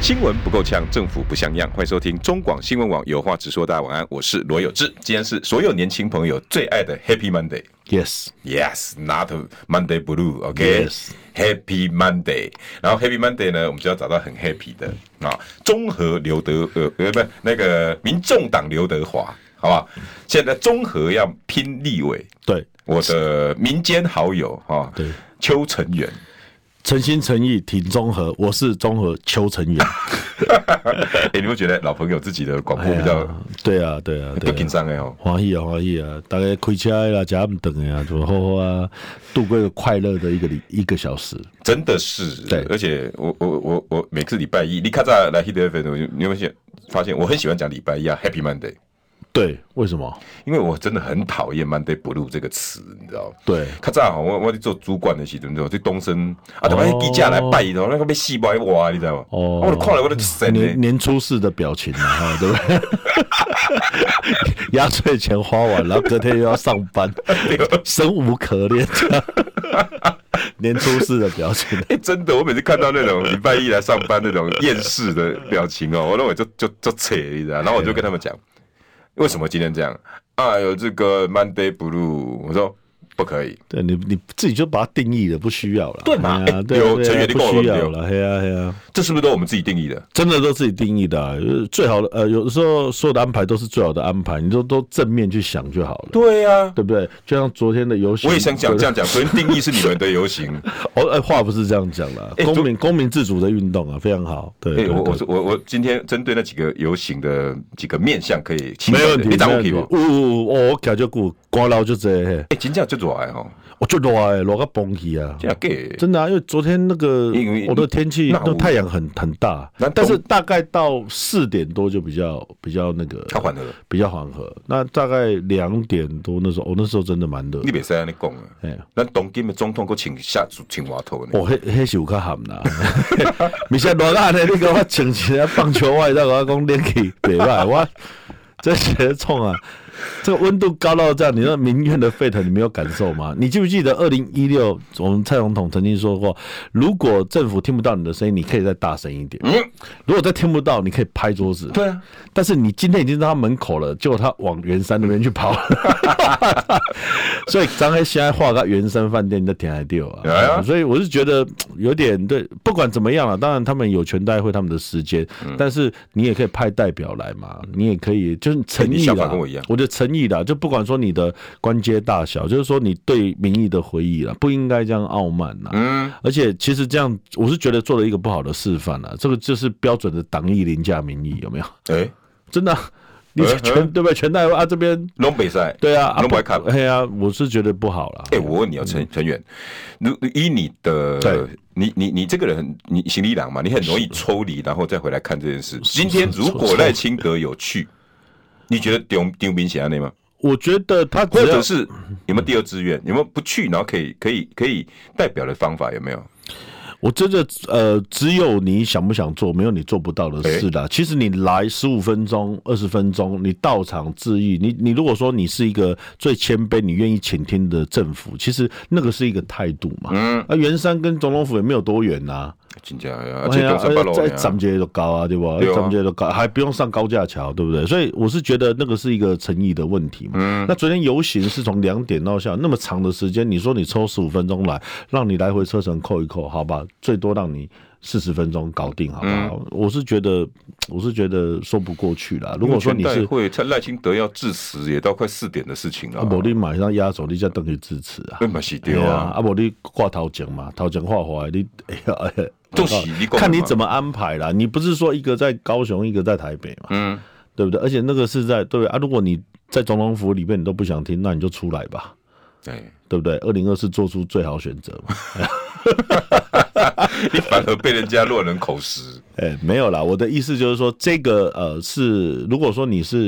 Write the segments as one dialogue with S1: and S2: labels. S1: 新闻不够呛，政府不像样。欢迎收听中广新闻网，有话直说。大家晚安，我是罗有志。今天是所有年轻朋友最爱的 Happy Monday。
S2: Yes，
S1: Yes, not Monday Blue, OK?
S2: Yes.
S1: Happy Monday。然后 Happy Monday 呢，我们就要找到很 happy 的啊，综合刘德呃呃不那个民众党刘德华，好不好？现在综合要拼立委，
S2: 对，
S1: 我的民间好友啊，
S2: 对，
S1: 邱成 元，
S2: 诚心诚意挺综合，我是综合邱成 员。
S1: 哎、你会觉得老朋友自己的广播比较
S2: 对啊，对啊，
S1: 不
S2: 对
S1: 紧
S2: 啊。
S1: 张哎哦。
S2: 欢喜啊，欢喜啊！大概开车的啦，家不等的啊，怎么好好啊，度过一个快乐的一个礼一个小时。
S1: 真的是，
S2: 对
S1: 而且我我我我每次礼拜一，你看在来 Hit FM，我就你有没有现发现我很喜欢讲礼拜一啊，Happy Monday。
S2: 对，为什么？
S1: 因为我真的很讨厌 Monday Blue 这个词，你知道吗？
S2: 对
S1: 较早吼，我我去做主管的时阵，就去东升啊，特别记者来拜托，那个被细胞哇，你知道吗？啊
S2: 哦
S1: 我就看了我都神欸嘞
S2: 年，年初四的表情啊，哈，对不对？ 压岁钱花完，然后隔天又要上 班，
S1: 哦
S2: 生无可恋。 年初四的表情，
S1: 哎、真的，我每次看到那种礼拜一来上班那种厌世的表情哦，我认为就就就扯，你知道吗？然后我就跟他们讲，为什么今天这样啊？有这个 Monday Blue，我说不可以，
S2: 对你你自己就把它定义了，不需要了。
S1: 对嘛
S2: 哎呀
S1: 哎
S2: 对
S1: 有
S2: 啊对啊
S1: 成员你
S2: 不
S1: 跟我
S2: 需
S1: 轮
S2: 要
S1: 流
S2: 了，嘿呀嘿呀，
S1: 这是不是都我们自己定义的？
S2: 真的都自己定义的啊、就是最好的呃，有的时候所有的安排都是最好的安排，你都都正面去想就好了，
S1: 对呀、
S2: 对啊不对？就像昨天的游戏，
S1: 我也想讲这样讲，所以定义是你们的游行。
S2: 哦，哎，话不是这样讲的，
S1: 哎
S2: 公
S1: 昨
S2: 民公民自主的运动啊，非常好。对，
S1: 哎、
S2: 对
S1: 我
S2: 对
S1: 我是我我今天针对那几个游行的几个面向，可以轻
S2: 没
S1: 松
S2: 问
S1: 地
S2: 题，
S1: 你掌
S2: 没
S1: 握
S2: 问题。
S1: 可以
S2: 有
S1: 不？
S2: 有，哦我感觉股光老就这样，嘿
S1: 哎、真正最热的吼，
S2: 我就热诶，热个崩起啊！
S1: 真正假的？
S2: 真的啊，因为昨天那个
S1: 因为
S2: 我的天气，
S1: 那我
S2: 那太阳很很大
S1: 那，
S2: 但是
S1: 懂
S2: 大概到四点多就比较比较那个
S1: 较缓和，
S2: 比较缓和。那大概两点多那时候，哦我、那时候真的蛮热
S1: 你。别使安尼讲啊
S2: 哎。
S1: 咱当今的总统，佫穿下穿外套呢。
S2: 我黑黑哦是有较含啦， 你现在热啊呢？你给我穿一下棒球外套，我讲连起袂歹，我这些冲啊！这个温度高到这样，你说民怨的沸腾，你没有感受吗？你记不记得二零一六，我们蔡总统曾经说过，如果政府听不到你的声音，你可以再大声一点。
S1: 嗯，
S2: 如果再听不到，你可以拍桌子。
S1: 对啊，
S2: 但是你今天已经到他门口了，结果他往圆山那边去 跑了，所以张黑现在画个圆山饭店在填海丢啊，
S1: 哎呀
S2: 所以我是觉得嘖有点对，不管怎么样了，当然他们有权代会他们的时间，
S1: 嗯
S2: 但是你也可以派代表来嘛，你也可以就是诚
S1: 哎你
S2: 意
S1: 想
S2: 啦，
S1: 法嗯跟我一样
S2: 我的诚意啦，就不管说你的官阶大小，就是说你对民意的回忆啦，不应该这样傲慢啦，
S1: 嗯，
S2: 而且其实这样，我是觉得做了一个不好的示范了、这个就是标准的党意凌驾民意，有没有？
S1: 哎、
S2: 真的啊、你
S1: 嗯
S2: 全、
S1: 嗯
S2: 对不对？全台湾啊这边，
S1: 拢袂使。
S2: 对啊，啊
S1: 拢不会看
S2: 不哎呀、我是觉得不好了。
S1: 哎、我问你哦，陈陈远，如以你的
S2: 嗯对，
S1: 你你你这个人很，你行李郎嘛，你很容易抽离，然后再回来看这件事。今天如
S2: 抽
S1: 果赖清德有去，你觉得丢丢明显安内吗？
S2: 我觉得他只
S1: 或
S2: 要
S1: 者是有没有第二志愿？有没有不去，然后可以可以可以代表的方法有没有？
S2: 我真的呃，只有你想不想做，没有你做不到的事
S1: 哎
S2: 啦。其实你来十五分钟、二十分钟，你到场致意，你你如果说你是一个最谦卑、你愿意倾听的政府，其实那个是一个态度嘛。嗯，啊，圆山跟总统府也没有多远呐、
S1: 真正的啊，而
S2: 哎
S1: 且
S2: 呀
S1: 东山八路
S2: 在
S1: 的啊
S2: 咱，街都高啊，对吧？
S1: 对啊
S2: 咱们街都高，还不用上高架桥，对不对？所以我是觉得那个是一个诚意的问题嘛。
S1: 嗯
S2: 那昨天游行是从两点到下那么长的时间，你说你抽十五分钟来，让你来回车程扣一扣，好吧，最多让你。四十分钟搞定，好不
S1: 嗯
S2: 好？我是觉得，我是觉得说不过去啦。如果说你
S1: 因为全代
S2: 是
S1: 会，蔡赖清德要致辞，也到快四点的事情了
S2: 啊，。无你马上压手，你再等去支持啊。
S1: 那嘛是对
S2: 对啊
S1: 啊，，
S2: 啊无你挂头前嘛，头前画画 的，你哎呀，哎呀
S1: 就是你讲的嘛
S2: 看你怎么安排啦。你不是说一个在高雄，一个在台北嘛，
S1: 嗯，
S2: 对不对？而且那个是在对啊，如果你在总统府里面你都不想听，那你就出来吧，
S1: 对，
S2: 对不对？二零二四做出最好选择嘛。
S1: 你反而被人家落人口实。
S2: 哎，没有啦，我的意思就是说，这个呃是，如果说你是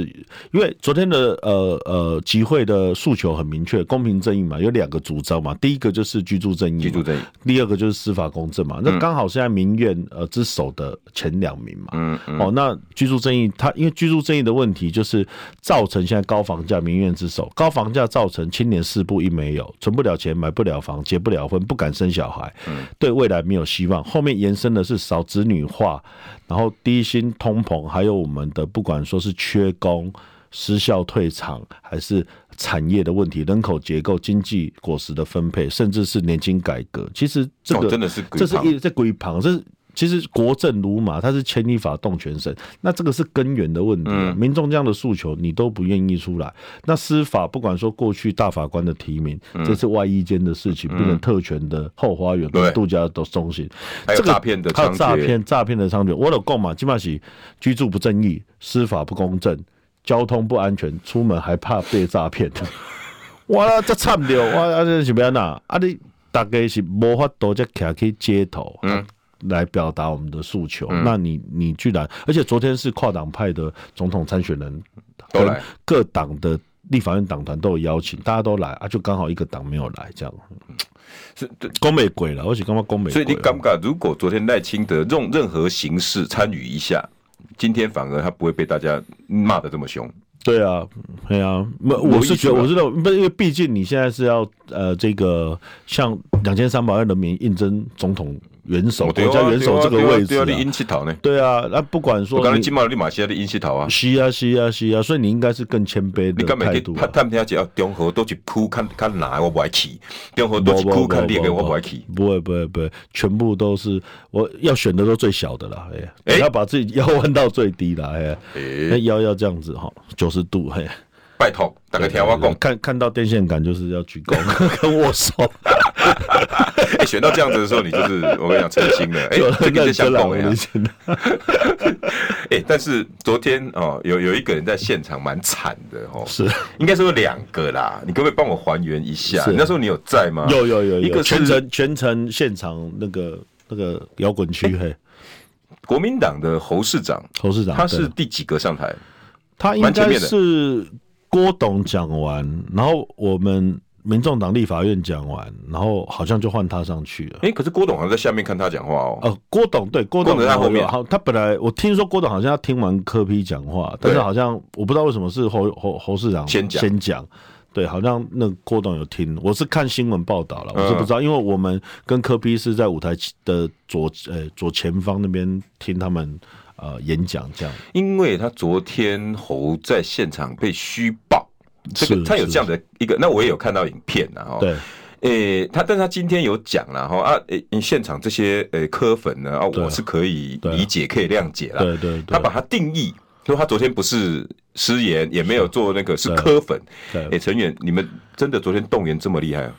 S2: 因为昨天的呃呃集会的诉求很明确，公平正义嘛，有两个主张嘛，第一个就是居住正义嘛，
S1: 居住正义
S2: 第二个就是司法公正嘛，
S1: 嗯
S2: 那刚好现在民怨呃之首的前两名嘛，
S1: 嗯嗯
S2: 哦，那居住正义它因为居住正义的问题就是造成现在高房价民怨之首，高房价造成青年四不一没有，存不了钱，买不了房，结不了婚，不敢生小孩，
S1: 嗯
S2: 对未来没有希望。后面延伸的是少子女化，然后低薪、通膨，还有我们的不管说是缺工。失效退场，还是产业的问题、人口结构、经济果实的分配，甚至是年金改革，其实这个、
S1: 哦真的是鬼
S2: 这是
S1: 旁
S2: 一这鬼旁，这是其实国政如马，它是牵一发动全身，那这个是根源的问题、
S1: 嗯
S2: 啊。民众这样的诉求，你都不愿意出来。那司法不管说过去大法官的提名，这次外衣间的事情，变成特权的后花园
S1: 嗯对
S2: 跟度假的中心，
S1: 还有
S2: 这个
S1: 诈骗的
S2: 还有
S1: 猖
S2: 诈
S1: 獗
S2: 骗诈骗的猖獗，我有共嘛，基本上是居住不正义，司法不公正。交通不安全，出门还怕被 诈骗。哇，这惨掉！哇，啊，这是要哪？啊，你大概是无法度再徛去街头，嗯，来表达我们的诉求。
S1: 嗯
S2: 那你你居然，而且昨天是跨党派的总统参选人，
S1: 都
S2: 跟
S1: 来
S2: 各党的立法院党团都有邀请，大家都来啊，就刚好一个党没有来，这样。
S1: 是对
S2: 宫美鬼了，我是刚刚宫美
S1: 所
S2: 鬼啊
S1: 以你
S2: 了。
S1: 敢不敢？如果昨天赖清德用任何形式参与一下，今天反而他不会被大家骂的这么凶。
S2: 对啊，对啊，没，
S1: 没
S2: 我
S1: 意
S2: 是
S1: 思
S2: 觉得，
S1: 吧
S2: 我知道，不，因为毕竟你现在是要呃，这个像两千三百万人民应征总统元首、
S1: 哦对
S2: 国
S1: 啊
S2: 家元首这个
S1: 对啊
S2: 位置、
S1: 对啊，
S2: 啊
S1: 对啊你，阴气逃呢？
S2: 对啊，那不管说
S1: 我刚才
S2: 你
S1: 金马立马现在的阴气逃啊！
S2: 是啊，是啊，是啊，所以你应该是更谦卑
S1: 你
S2: 的
S1: 敢每
S2: 态
S1: 去
S2: 度、
S1: 探
S2: 啊。
S1: 探听一下，中和都是哭看看哪的我不爱去，中和都是哭看裂的我不爱去。
S2: 不会不会不会，全部都是我要选的都最小的啦，哎、
S1: 哎
S2: 要把自己腰弯到最低啦，哎、
S1: 诶、
S2: 那腰要这样子哈，九十度，嘿、
S1: 拜托，大家听我啊讲，
S2: 看看到电线杆就是要鞠 躬跟握手。
S1: 哎、选到这样子的时候，你就是我跟你讲，成心了。哎、
S2: 就
S1: 这个就
S2: 认
S1: 想
S2: 真了，
S1: 讲
S2: 我
S1: 哎呀
S2: 理。解了。
S1: 哎、但是昨天哦，有有一个人在现场蛮惨的哦，
S2: 是
S1: 应该说有两个啦，你可不可以帮我还原一下？
S2: 是
S1: 那时候你有在吗？
S2: 有有有
S1: 啊一
S2: 有，
S1: 个是
S2: 全程全程现场那个那个摇滚
S1: 哎
S2: 区，嘿，
S1: 国民党的侯市长，
S2: 侯市长，
S1: 他是
S2: 啊对
S1: 第几个上台？
S2: 他应
S1: 蛮前
S2: 该
S1: 面的
S2: 是郭董讲完，然后我们民众党立法院讲完，然后好像就换他上去了。
S1: 哎、可是郭董好像在下面看他讲话哦。
S2: 呃，郭董对郭
S1: 董
S2: 董
S1: 在后面
S2: 好，他本来我听说郭董好像要听完柯批讲话，但是
S1: 对
S2: 好像我不知道为什么是侯侯侯市长
S1: 先讲
S2: 先讲。对，好像那个郭董有听，我是看新闻报道了，我是
S1: 嗯
S2: 不知道，因为我们跟柯批是在舞台的左呃左前方那边听他们呃演讲这样。
S1: 因为他昨天侯在现场被虚报，这个
S2: 是
S1: 他有
S2: 是
S1: 这样的一个，那我也有看到影片啊，哈，
S2: 对，
S1: 诶、他但他今天有讲了哈啊，诶、现场这些诶、科粉呢啊，
S2: 对
S1: 我是可以
S2: 对啊
S1: 理解、可以谅解啦。
S2: 对对
S1: 他
S2: 对
S1: 把它定义，说他昨天不是失言，也没有做那个是科粉。
S2: 对
S1: 诶、。陈远，你们真的昨天动员这么厉害、啊？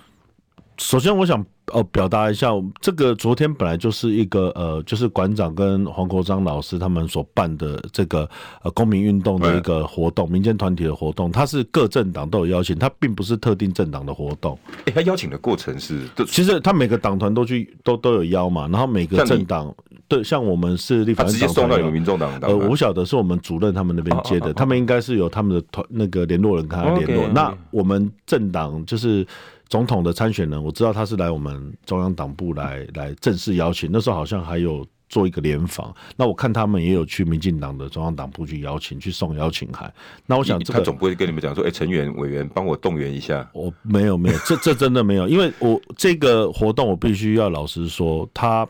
S2: 首先，我想呃表达一下，这个昨天本来就是一个呃，就是馆长跟黄国章老师他们所办的这个呃公民运动的一个活动，民间团体的活动，它是各政党都有邀请，它并不是特定政党的活动。
S1: 诶、他邀请的过程是，这
S2: 其实他每个党团都去都都有邀嘛，然后每
S1: 像
S2: 个
S1: 你
S2: 政党对，像我们是立
S1: 他
S2: 法
S1: 直接
S2: 院党
S1: 送
S2: 团
S1: 到你们
S2: 有
S1: 民众党党
S2: 呃，
S1: 团。
S2: 我不晓得是我们主任他们那边接
S1: 哦哦
S2: 的，
S1: 哦
S2: 他们应该是有他们的团那个联络人跟他联络。
S1: OK，OK
S2: 那我们政党就是总统的参选人，我知道他是来我们中央党部来来正式邀请，那时候好像还有。做一个联访，那我看他们也有去民进党的中央党部去邀请，去送邀请函。那我
S1: 我
S2: 想这
S1: 他
S2: 个
S1: 总不会跟你们讲说，诶、陈远委员帮我动员一下。
S2: 我没有没有，这这真的没有，因为我这个活动我必须要老实说，它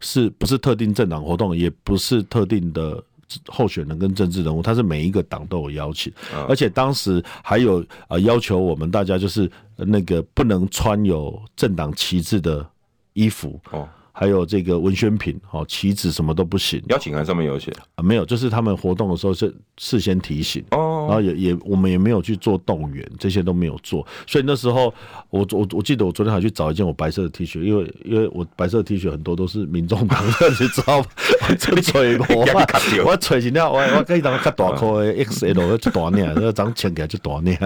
S2: 是不是特定政党活动，也不是特定的候选人跟政治人物，它是每一个党都有邀请，而且当时还有呃要求我们大家就是呃那个不能穿有政党旗帜的衣服。
S1: 哦，
S2: 还有这个文宣品，哦，旗子什么都不行
S1: 邀请函上面有写。
S2: 啊，没有，就是他们活动的时候是事先提醒，然
S1: 哦，
S2: 后也也我们也没有去做动员，这些都没有做，所以那时候我我我记得我昨 天还去找一件我白色的 T 恤，因为因为我白色的 T 恤很多都是民众党的，你知道吗？我真揣无
S1: 也
S2: 啊
S1: 被卡掉！
S2: 我揣是了，我我可以当较大颗的 XL 就大领，那张穿起来就大领。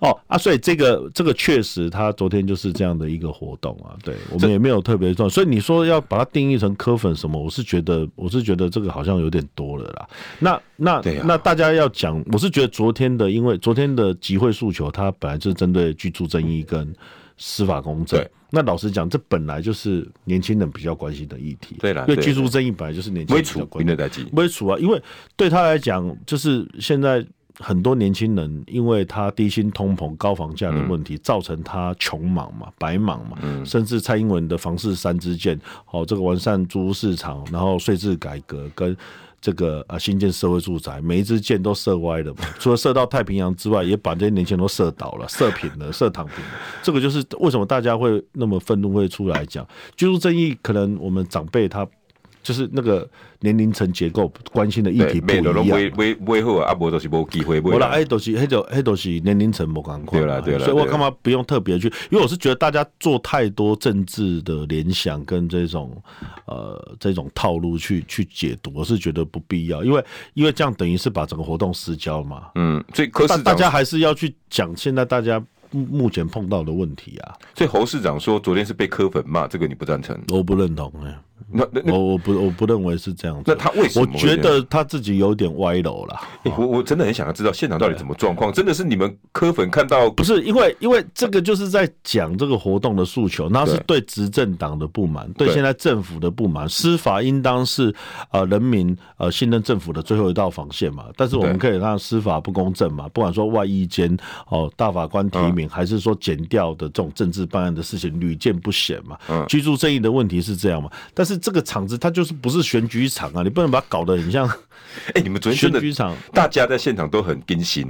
S2: 哦啊，所以这个这个确实，他昨天就是这样的一个活动啊。对我们也没有特别重，所以你说要把它定义成科粉什么，我是觉得我是觉得这个好像有点多了啦。那那、
S1: 对啊
S2: 那大家要讲，我是觉得昨天的，因为昨天的集会诉求，它本来就是针对居住争议跟司法公正
S1: 对。
S2: 那老实讲，这本来就是年轻人比较关心的议题。
S1: 对啦
S2: 因为
S1: 对
S2: 居住争议本来就是年轻
S1: 微
S2: 人比较
S1: 楚
S2: 关
S1: 云
S2: 心
S1: 的。代际，
S2: 不会处啊，因为对他来讲，就是现在很多年轻人，因为他低薪、通膨、高房价的问题，造成他穷忙嘛、白忙嘛，甚至蔡英文的房市三支箭，哦，这个完善租屋市场，然后税制改革跟。这个啊，新建社会住宅，每一支箭都射歪了嘛。除了射到太平洋之外，也把这些年轻人都射倒了、 射平了、射躺平了。这个就是为什么大家会那么愤怒，会出来讲居住正义。可能我们长辈他就是那个年龄层结构关心的议
S1: 对，
S2: 题不
S1: 卖都拢
S2: 一
S1: 买
S2: 样。
S1: 买买好啊，无就是无机会买
S2: 我啦，
S1: 啦。
S2: 哎，都是，迄就迄都是年龄层不赶快，
S1: 对啦对啦
S2: 所以我
S1: 对啦
S2: 干嘛不用特别去？因为我是觉得大家做太多政治的联想跟这种呃这种套路去去解读，我是觉得不必要，因为因为这样等于是把整个活动失焦嘛。
S1: 嗯，所以柯
S2: 但
S1: 市
S2: 大
S1: 长
S2: 家还是要去讲现在大家目目前碰到的问题啊，
S1: 所以侯市长说昨天是被柯粉骂，这个你不赞成？
S2: 我不认同哎、
S1: 那那那
S2: 我我不我不认为是这样子
S1: 那。他为什么
S2: 我
S1: 会这
S2: 觉
S1: 样？
S2: 得他自己有点歪楼啦。
S1: 欸我我真的很想要知道现场到底怎么状况，真的是你们柯粉看到
S2: 不是因为因为这个就是在讲这个活动的诉求，那是对执政党的不满，对
S1: 对
S2: 现在政府的不满。司法应当是呃人民呃信任政府的最后一道防线嘛，但是我们可以让司法不公正嘛，不管说外衣间哦大法官提名，还是说减掉的这种政治办案的事情屡见不鲜嘛。
S1: 嗯
S2: 居住正义的问题是这样嘛，但是这个场子它就是不是选举场啊，你不能把它搞得很像
S1: 哎、你们昨天
S2: 选
S1: 真
S2: 举
S1: 的
S2: 场。
S1: 大家在现场都很跟心，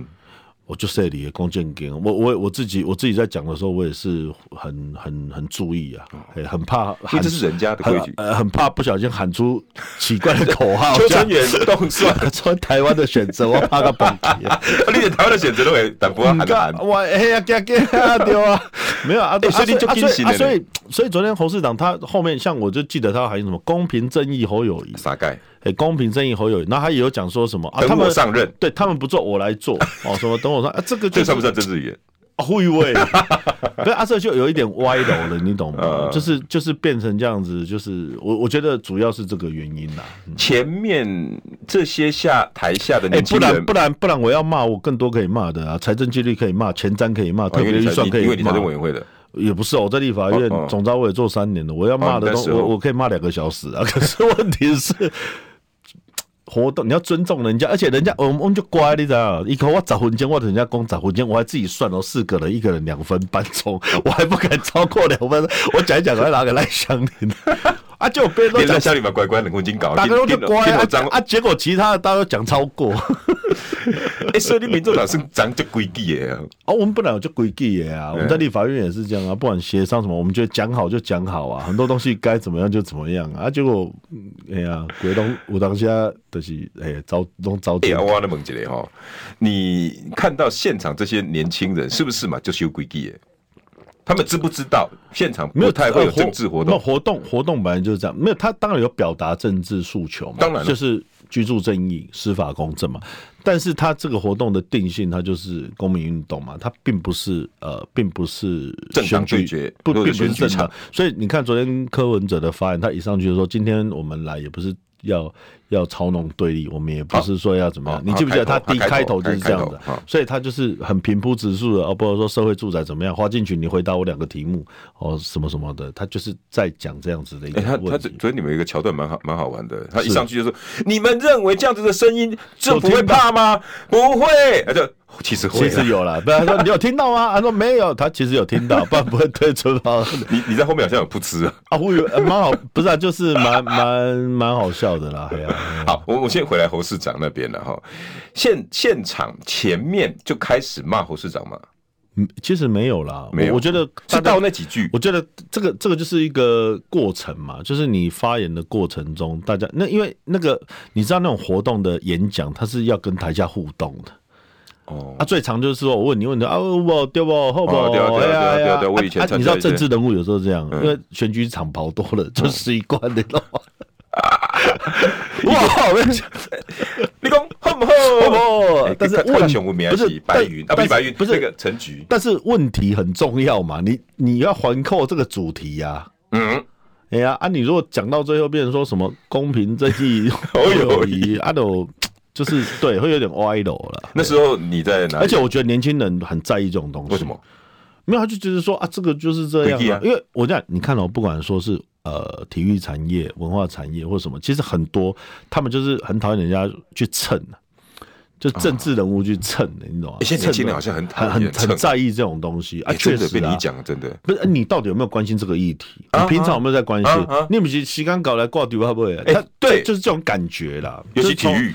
S2: 我就这里的弓箭跟，我我我自己我自己在讲的时候，我也是很很很注意啊，哎很怕
S1: 哦因
S2: 喊
S1: 为这是人家的规矩
S2: 很。呃很怕不小心喊出奇怪的口号，
S1: 邱 成远动算，
S2: 像说台湾的选择，我怕个崩 溃啊。
S1: 你连台湾的选择都会淡薄喊
S2: 唔
S1: 喊
S2: 敢，。我哎呀，给给啊，对啊，没有啊，对啊
S1: 哎所以你就
S2: 啊
S1: 惊喜了
S2: 啊所以所以昨天侯市长他后面像我就记得他喊什么公平正义侯友谊，
S1: 傻盖，
S2: 哎公平正义侯友谊，那他也有讲说什么啊，他
S1: 等我
S2: 们
S1: 上任，
S2: 对他们不做我来做哦，什么等我说啊，这个就
S1: 这
S2: 是
S1: 算不算政治语言？
S2: 会 喂，可是阿瑟就有一点歪楼了，你懂吗
S1: 呃？
S2: 就是就是变成这样子，就是我我觉得主要是这个原因啦。
S1: 前面这些下台下的
S2: 嗯哎、
S1: 年
S2: 不
S1: 轻
S2: 然
S1: 人
S2: 不，然不然，我要骂我更多可以骂的啊，财政纪律可以骂，前瞻可以骂，
S1: 哦
S2: 特
S1: 因为
S2: 别
S1: 你
S2: 预
S1: 才
S2: 算可以
S1: 因为你
S2: 骂
S1: 才是，委员会的，
S2: 也不是哦，我在立法院
S1: 哦哦
S2: 总招我也做三年了，我要骂的
S1: 哦
S2: 东
S1: 你在
S2: 西，
S1: 时候
S2: 我我可以骂两个小时啊。可是问题是。活动你要尊重人家，而且人家我们我们就乖，你知道吗？一个我找魂间，我人家工找魂间，我还自己算哦，四个人一个人两分半钟，我还不敢超过两分。我讲一讲，我要拿给赖香林啊，就被人
S1: 连
S2: 家
S1: 在
S2: 讲，
S1: 下里面乖乖冷空金搞，
S2: 大家都就
S1: 听
S2: 乖
S1: 听
S2: 啊
S1: 我张
S2: 啊，啊结果其他的大家都讲超过。
S1: 哎，所以你民众党是长就规矩的啊，
S2: 哦，我们本来有就规矩的啊，我们在立法院也是这样啊，不管协商什么，我们觉得讲好就讲好啊，很多东西该怎么样就怎么样啊。啊结果，嗯哎呀，鬼东我当下就是哎招弄招
S1: 哎、
S2: 进
S1: 欸，，我那猛起来哈！你看到现场这些年轻人是不是嘛？就是有诡计耶，他们知不知道现场
S2: 没有
S1: 不太会有
S2: 呃
S1: 政治活
S2: 那
S1: 动？
S2: 活动活动本来就是这样，没有他当然有表达政治诉求嘛，
S1: 当然了
S2: 就是居住正义、司法公正嘛。但是他这个活动的定性，它就是公民运动嘛，它并不是呃，并不是
S1: 政党
S2: 选举
S1: 对决
S2: 不，
S1: 或者
S2: 并不是
S1: 选举
S2: 政
S1: 场
S2: 党。所以你看昨天柯文哲的发言，他一上去就说，今天我们来也不是要要操弄对立，我们也不是说要怎么样
S1: 好。
S2: 你记不记得
S1: 好
S2: 他
S1: 开头
S2: 第一
S1: 好开
S2: 开
S1: 头
S2: 头就是这样
S1: 开
S2: 的
S1: 开头好，
S2: 所以他就是很平铺直述的，哦，不是说社会住宅怎么样。花进去，你回答我两个题目，哦，什么什么的，他就是在讲这样子的一个
S1: 哎、他他
S2: 问
S1: 昨
S2: 题。
S1: 昨天你们有一个桥段蛮好蛮好玩的，他一上去就说：“你们认为这样子的声音，政府会怕吗？不会。”啊，就其实会
S2: 其
S1: 啦。
S2: 实有啦， 不然他说你有听到啊吗？他说没有，他其实有听到，不啊然不会推出到
S1: 你你在后面好像有噗嗤啊。
S2: 啊，忽悠呃蛮好，不是啊，就是蛮蛮蛮好笑的啦，哎呀、
S1: 好，我我先回来侯市长那边了哈。现现场前面就开始骂侯市长嘛，
S2: 嗯其实没有啦，
S1: 没有
S2: 我我觉得
S1: 是
S2: 大
S1: 到
S2: 家，
S1: 那几句
S2: 我觉得这个这个就是一个过程嘛，就是你发言的过程中，大家那因为那个你知道那种活动的演讲，它是要跟台下互动的。
S1: 哦
S2: 啊，最常就是说我问你问题啊，我对不后不
S1: 哦，对啊对啊对啊
S2: 哎呀
S1: 对啊
S2: 哎呀
S1: 对啊我以前
S2: 啊
S1: 参加
S2: 你知道
S1: 一些嗯
S2: 政治人物有时候这样，因为选举场跑多了就习惯了，你知道吗？哇，没想
S1: 你讲好不好？
S2: 哦
S1: 哎，
S2: 但是
S1: 看看
S2: 问
S1: 熊文明还
S2: 不是
S1: 是白云啊？
S2: 但
S1: 不是白云，
S2: 不是
S1: 那个陈菊。
S2: 但是问题很重要嘛，你你要环扣这个主题呀、
S1: 嗯，
S2: 哎呀啊，你如果讲到最后变成说什么公平正 义、
S1: 侯友
S2: 友
S1: 谊
S2: 谊，啊都就是对，会有点歪楼了。
S1: 那时候你在哪里？
S2: 而且我觉得年轻人很在意这种东西。
S1: 为什么？？
S2: 没有，他就觉得说啊，这个就是这样、
S1: 诡异
S2: 啊
S1: 啊。
S2: 因为我讲，你看哦，不管说是呃体育产业、文化产业或什么，其实很多他们就是很讨厌人家去蹭啊就政治人物去蹭的，你懂吗？
S1: 一些年轻人好哦像很
S2: 蹭
S1: 讨
S2: 很
S1: 厌
S2: 很
S1: 蹭
S2: 很在意这种东西啊，
S1: 哎真
S2: 确
S1: 的
S2: 实
S1: 被你
S2: 啊。
S1: 讲，真的。
S2: 不是你到底有没有关心这个议题？
S1: 啊
S2: 你平常有没有在关心
S1: 啊啊？
S2: 你不是洗干搞来挂丢会不会？
S1: 哎
S2: 他
S1: 对
S2: 就是这种感觉啦。
S1: 尤其
S2: 就是
S1: 体
S2: 从
S1: 育，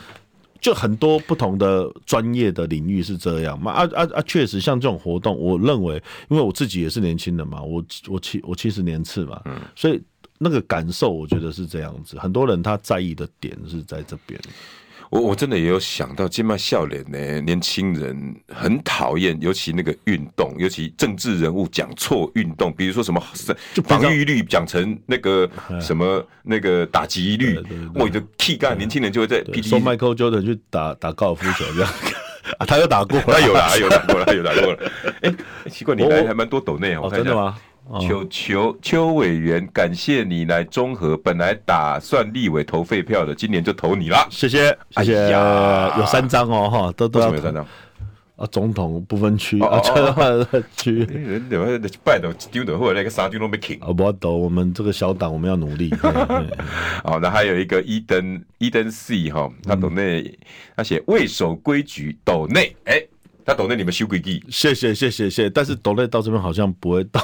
S2: 就很多不同的专业的领域是这样嘛啊啊啊！确实，像这种活动，我认为，因为我自己也是年轻人嘛，我我七我七十年次嘛，
S1: 嗯
S2: 所以那个感受，我觉得是这样子。很多人他在意的点是在这边，
S1: 我我真的也有想到，今麦笑脸呢，年轻人很讨厌，尤其那个运动，尤其政治人物讲错运动，比如说什么
S2: 就比较哎
S1: 防御率讲成那个什么那个打击率
S2: 对对，对
S1: 我的 key 干，年轻人就会在
S2: 对说
S1: PPT。
S2: Michael Jordan 去打打高尔夫球 这样，啊，他又打过
S1: 那
S2: 了，
S1: 哎有 啦，有打过了，有打过了。哎、奇怪，你
S2: 我
S1: 来
S2: 我
S1: 还蛮多抖内哦，我
S2: 哦，
S1: 看一
S2: 真
S1: 下
S2: 的？吗？哦
S1: 邱邱邱委员，感谢你来中和，本来打算立委投废票的，今年就投你啦。
S2: 谢谢谢
S1: 哎
S2: 谢，
S1: 呀
S2: 有三张哦哈，都都
S1: 为什
S2: 要
S1: 么有三张？
S2: 啊，总统不分区
S1: 哦哦
S2: 啊，
S1: 哦
S2: 这个区
S1: 哎人怎么拜的丢的，或者那个啥丢都没停。
S2: 啊，我懂，我们这个小党我们要努 力。嘿嘿
S1: 好，哦那还有一个伊登伊登 C 哈，他抖内他写未守规矩抖内，哎、他抖内你们修规矩，
S2: 谢谢谢谢谢谢，但是董磊到这边好像不会到，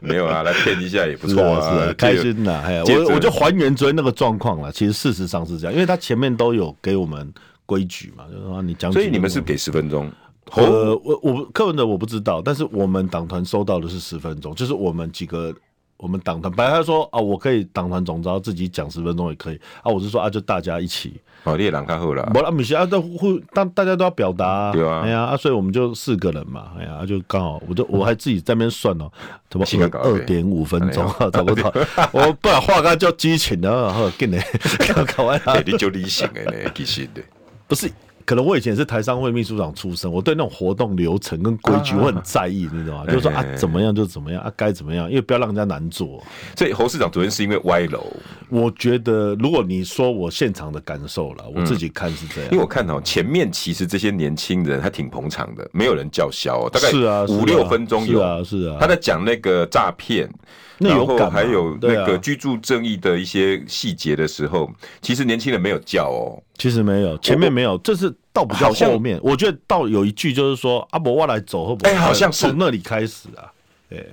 S1: 没有啊，来骗一下也不
S2: 是
S1: 错
S2: 啊
S1: 啊，
S2: 是啊，
S1: 这个
S2: 开心呐、哎呀，
S1: 接着
S2: 我我就还原昨天那个状况了。其实事实上是这样，因为他前面都有给我们规矩嘛，就是说你讲几个东西。
S1: 所以你们是给十分钟，哦，
S2: 呃，我我柯文哲我不知道，但是我们党团收到的是十分钟，就是我们几个我们党团，本来他说啊，我可以党团总召自己讲十分钟也可以啊，我是说啊，就大家一起，
S1: 好，哦你也狼看后了，
S2: 不啦，不是啊，都互当大家都要表达、啊，
S1: 对啊
S2: 哎呀啊，所以我们就四个人嘛，哎呀，就刚好，我就我还自己在那边算哦，怎么
S1: 七个稿
S2: 二点五分钟
S1: 哎
S2: 啊，差 不多，我不然话干叫激情的， 然后跟你搞完
S1: 哎、
S2: 啊，
S1: 你就理性哎、 呢，其实的，
S2: 不是。可能我以前是台商会秘书长出身，我对那种活动流程跟规矩
S1: 啊
S2: 我很在意，你懂吗？就是说啊
S1: 哎，
S2: 怎么样就怎么样，啊，该怎么样，因为不要让人家难做。
S1: 所以侯市长昨天是因为歪楼，
S2: 我觉得，如果你说我现场的感受了，我自己看是这样
S1: 嗯因为。我看哦，前面其实这些年轻人还挺捧场的，没有人叫嚣、哦，大概
S2: 是啊，是啊
S1: 五六分钟有
S2: 是啊，是啊，
S1: 他在讲那个诈骗，
S2: 那有
S1: 然后
S2: 感嘛
S1: 还有
S2: 对
S1: 那
S2: 啊
S1: 个居住正义的一些细节的时候，其实年轻人没有叫哦，
S2: 其实没有，前面没有，这是到比较
S1: 好像
S2: 后面。我觉得到有一句就是说，阿伯我来走后，
S1: 哎好像是
S2: 从那里开始啊。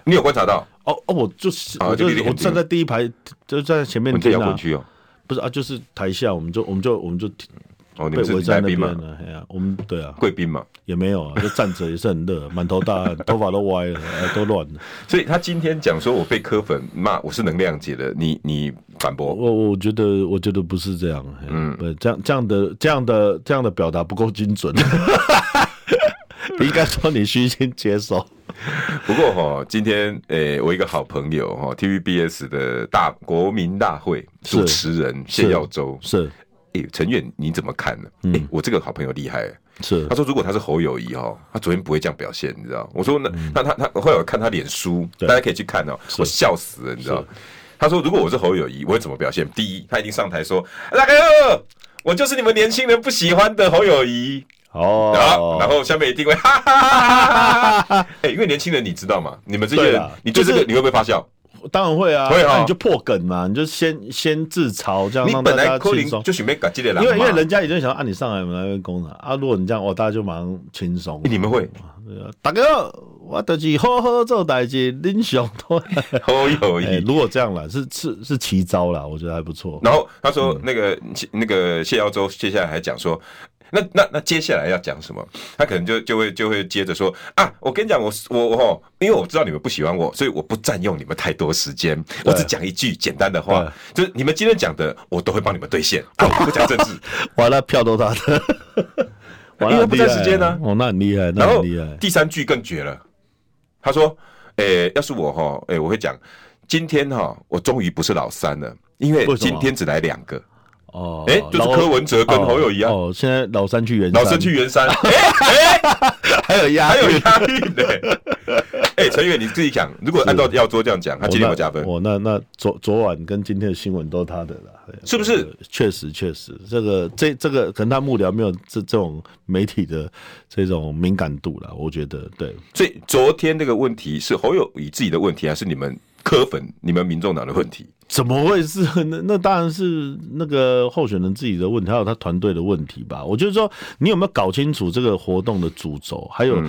S1: 你有观察到？
S2: 哦哦，我就是
S1: 啊
S2: 我
S1: 就
S2: 就是是我站在第一排，就站在前面
S1: 你这
S2: 听
S1: 摇滚
S2: 啊，
S1: 区哦，
S2: 不是啊，就是台下我们就我们就我们就
S1: 哦，你
S2: 被
S1: 们
S2: 围
S1: 是
S2: 在
S1: 来
S2: 那
S1: 宾
S2: 边
S1: 嘛，
S2: 了，哎呀，我们对啊，
S1: 贵宾嘛，
S2: 也没有啊，就站着也是很热， 满头大汗，头发都歪了，哎都乱了。
S1: 所以他今天讲说我被科粉骂，我是能谅解的，你你反驳，
S2: 我我觉得我觉得不是这样，嗯，不这样这样的这样的这样的表达不够精 准， 应该说你虚心接受。
S1: 不过哈、今天诶、我一个好朋友哈、TVBS 的大国民大会
S2: 是
S1: 主持人谢
S2: 是嗯
S1: 耀洲，
S2: 是
S1: 诶、陈远你怎么看呢？诶、我这个好朋友厉害、
S2: 是
S1: 他，说如果他是侯友谊哦，他昨天不会这样表现，你知道？我说那、那他他后来我看他脸书，大
S2: 嗯对
S1: 家可以去看哦，我笑死了，你知道？他说如果我是侯友谊，我会怎么表现？第一，他一定上台说那个。我就是你们年轻人不喜欢的侯友谊啊，
S2: 哦，
S1: 然后下面一定会哈哈哈哈哈哈！哎，因为年轻人你知道吗？你们这些
S2: 对
S1: 人
S2: 啦，
S1: 你对这个
S2: 就是
S1: 你会不会发笑？
S2: 当然会啊，
S1: 会啊
S2: 那你就破梗嘛，你就先先自嘲，这样
S1: 你
S2: 让大
S1: 本
S2: 家
S1: 来扣
S2: 轻
S1: 零
S2: 松。
S1: 就准备搞这类人嘛，
S2: 因为因为人家已经想按、啊、你上来，我们来边攻了啊。如果你这样，哇，大家就马上轻松
S1: 哎。你们会
S2: 对啊大哥，我就是好好做代志，恁 想多。
S1: 侯友
S2: 哎，
S1: 谊。
S2: 如果这样了，是是是奇招啦，我觉得还不错。
S1: 然后他
S2: 嗯
S1: 说那个那个谢耀洲接下来还讲说。那那那接下来要讲什么？他可能就就会就会接着说啊，我跟你讲，我我我哦，因为我知道你们不喜欢我，所以我不占用你们太多时间，我只讲一句简单的话，就是你们今天讲的，我都会帮你们兑现，啊、我不讲政治。
S2: 完了，票都他 的，完
S1: 因为
S2: 了，
S1: 他不占
S2: 很厉害
S1: 时间啊
S2: 哦，那很厉害，那
S1: 然后
S2: 很厉害。
S1: 第三句更绝了，他说：“诶、要是我哈，诶、我会讲，今天哈，我终于不是老三了，因为
S2: 为什么
S1: 今天只来两个，
S2: 哦，
S1: 哎就是
S2: 老
S1: 柯文哲跟侯友宜啊
S2: 哦，哦哦现在老三去圆山，
S1: 老三去圆山，哎
S2: 还有压
S1: 还
S2: 力，
S1: 有压力呢。 哎，陈远你自己想，如果按照耀桌这样讲，他今天有加分，
S2: 我哦那那昨昨晚跟今天的新闻都他的了，对
S1: 是不是？
S2: 确实确实，这个这这个可能他幕僚没有这这种媒体的这种敏感度了，我觉得对。
S1: 所以昨天那个问题是侯友宜自己的问题，还是你们柯粉、你们民众党的问题？
S2: 怎么会是？ 那那当然是那个候选人自己的问题，还有他团队的问题吧。我就是说，你有没有搞清楚这个活动的主轴，还有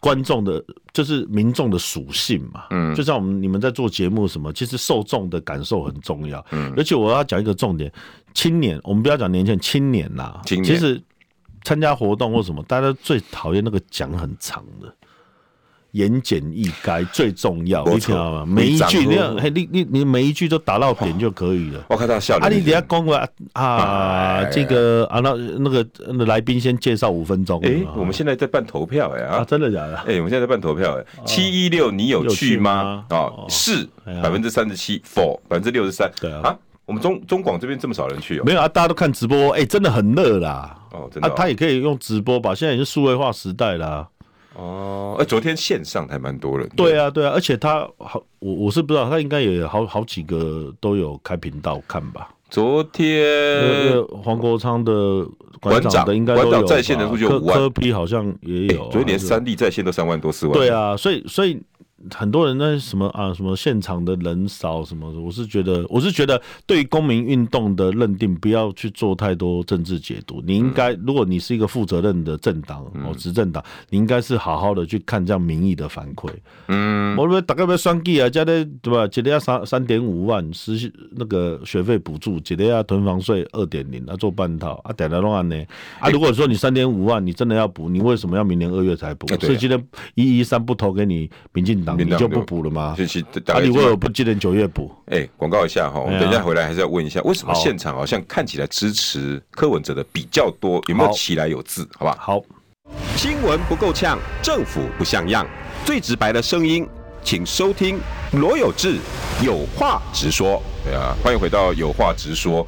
S2: 观众的，就是民众的属性嘛？嗯，就像我们你们在做节目什么，其实受众的感受很重要。嗯，而且我要讲一个重点，青年，我们不要讲年轻人，青年呐、
S1: 青年
S2: 其实参加活动或什么，大家最讨厌那个讲很长的。言简意赅最重要，
S1: 没
S2: 你
S1: 错
S2: 知道吗？每一
S1: 你掌
S2: 句
S1: 握
S2: 你要嘿，你你你每一句都打到点就可以了。
S1: 我看到笑
S2: 啊，
S1: 脸，
S2: 你等一下讲过啊啊
S1: 哎，
S2: 这个啊，那那个那来宾先介绍五分钟。
S1: 哎
S2: 啊，
S1: 我们现在在办投票哎啊
S2: 啊，。真的假的？
S1: 哎、我们现在在办投票，哎，七一六你有去吗？
S2: 有去吗
S1: 哦，
S2: 哦
S1: 是
S2: 哎呀
S1: 百分之三十七，for 百分之六十三。
S2: 对啊
S1: 我们中中广这边这么少人去哦，
S2: 没有啊，大家都看直播，哎，真的很热啦。
S1: 哦，真的
S2: 啊，
S1: 哦、
S2: 他也可以用直播吧，现在也是数位化时代啦。
S1: 哦，哎、昨天线上还蛮多人。
S2: 对啊，对啊，而且他好，我我是不知道，他应该也好好几个都有开频道看吧。
S1: 昨
S2: 那
S1: 天
S2: 个黄国昌的
S1: 呃馆长
S2: 长的应该都有
S1: 馆
S2: 吧
S1: 长在线人数就有
S2: 柯
S1: 五万
S2: 柯批好像也
S1: 哎
S2: 有啊，
S1: 昨天连
S2: 还是
S1: 三立在线都三万多四万。
S2: 对，啊，所以所以很多人那什么啊，什么现场的人少什么的，我是觉得我是觉得对于公民运动的认定，不要去做太多政治解读。你应
S1: 嗯
S2: 该，如果你是一个负责任的政党哦，执政党，你应该是好好的去看这样民意的反馈。
S1: 嗯，
S2: 我们大概要算计啊，加的对吧？一个要三三点五万，实那个学费补助，一个要囤房税二点零，啊做半套啊，点了乱呢
S1: 哎
S2: 啊！如果说你三点五万，你真的要补，你为什么要明年二月才补
S1: 哎？对啊
S2: 所以今天一一三不投给你民进党，
S1: 民
S2: 你
S1: 进党
S2: 就不补了吗？
S1: 这是大
S2: 啊，
S1: 概
S2: 你
S1: 就
S2: 为
S1: 是。
S2: 什么不今年九月补？
S1: 哎、广告一下哈，我们
S2: 哎呀
S1: 等一下回来还是要问一下，为什么
S2: 好
S1: 现场好像看起来支持柯文哲的比较多，有没有
S2: 好
S1: 起来有字？好吧，
S2: 好，
S1: 新闻不够呛，政府不像样，最直白的声音，请收听罗有志有话直说。对啊，欢迎回到有话直说。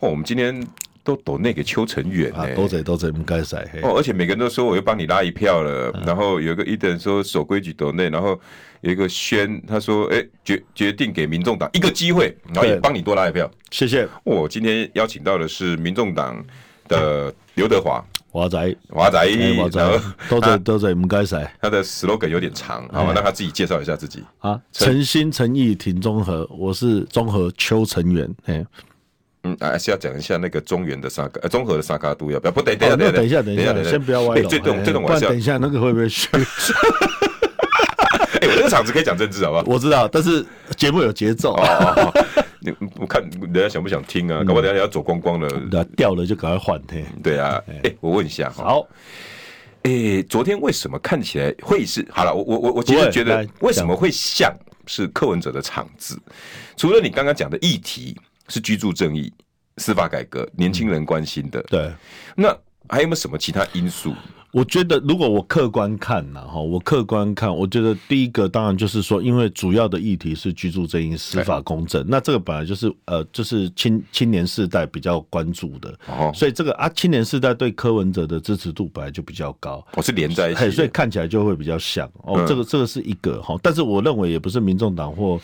S1: 哇，我们今天都抖那个邱成远
S2: 啊
S1: 哎、，
S2: 多嘴多嘴，不该塞嘿。
S1: 哦，而且每个人都说我又帮你拉一票了，
S2: 嗯
S1: 然后有一个伊登说守规矩抖内，然后有一个宣他说，哎、决决定给民众党一个机会，然后也
S2: 对
S1: 帮你多拉一票。
S2: 谢谢
S1: 我今天邀请到的是民众党的刘德华
S2: 华仔，
S1: 华仔，
S2: 哎华
S1: 然
S2: 仔
S1: 后，
S2: 多嘴多嘴，不该塞
S1: 他的 slogan 有点长，
S2: 哎
S1: 好吧，让他自己介绍一下自己。
S2: 啊！诚心诚意挺中和，我是中和邱成员，嘿。
S1: 嗯，还是要讲一下那个中原的沙嘎，呃，综合的沙嘎都要不要？不，等等
S2: 哦那
S1: 等
S2: 等一下，等一下，先不要歪
S1: 哎
S2: 楼。
S1: 这种
S2: 哎
S1: 这种
S2: 不
S1: 我还
S2: 然
S1: 是要，
S2: 等一下那个会不 会虚？
S1: 哎，我这个场子可以讲政治， 好不好？
S2: 我知道，但是节目有节奏，
S1: 哦，哦哦你我看人家想不想听
S2: 嗯
S1: 啊？搞不好人家要走光光了。
S2: 对啊，掉了就赶快换嘿。
S1: 对啊，哎，我问一下哈，
S2: 好，
S1: 哎，昨天为什么看起来会是好了？我我我我其
S2: 不
S1: 实
S2: 会
S1: 觉得
S2: 来
S1: 为什么会像是柯文哲的场子？除了你刚刚讲的议题是居住正义、司法改革、年轻人关心的，
S2: 对，
S1: 那还有没有什么其他因素？
S2: 我觉得如果我客观看呐，哈，我客观看，我觉得第一个当然就是说，因为主要的议题是居住正义、司法公正，那这个本来就是呃，就是青青年世代比较关注的，
S1: 哦，
S2: 所以这个啊，青年世代对柯文哲的支持度本来就比较高。
S1: 我是连在一起
S2: 嘿，
S1: 的，
S2: 所以看起来就会比较像哦。
S1: 嗯
S2: 这个这个是一个哈，但是我认为也不是民众党或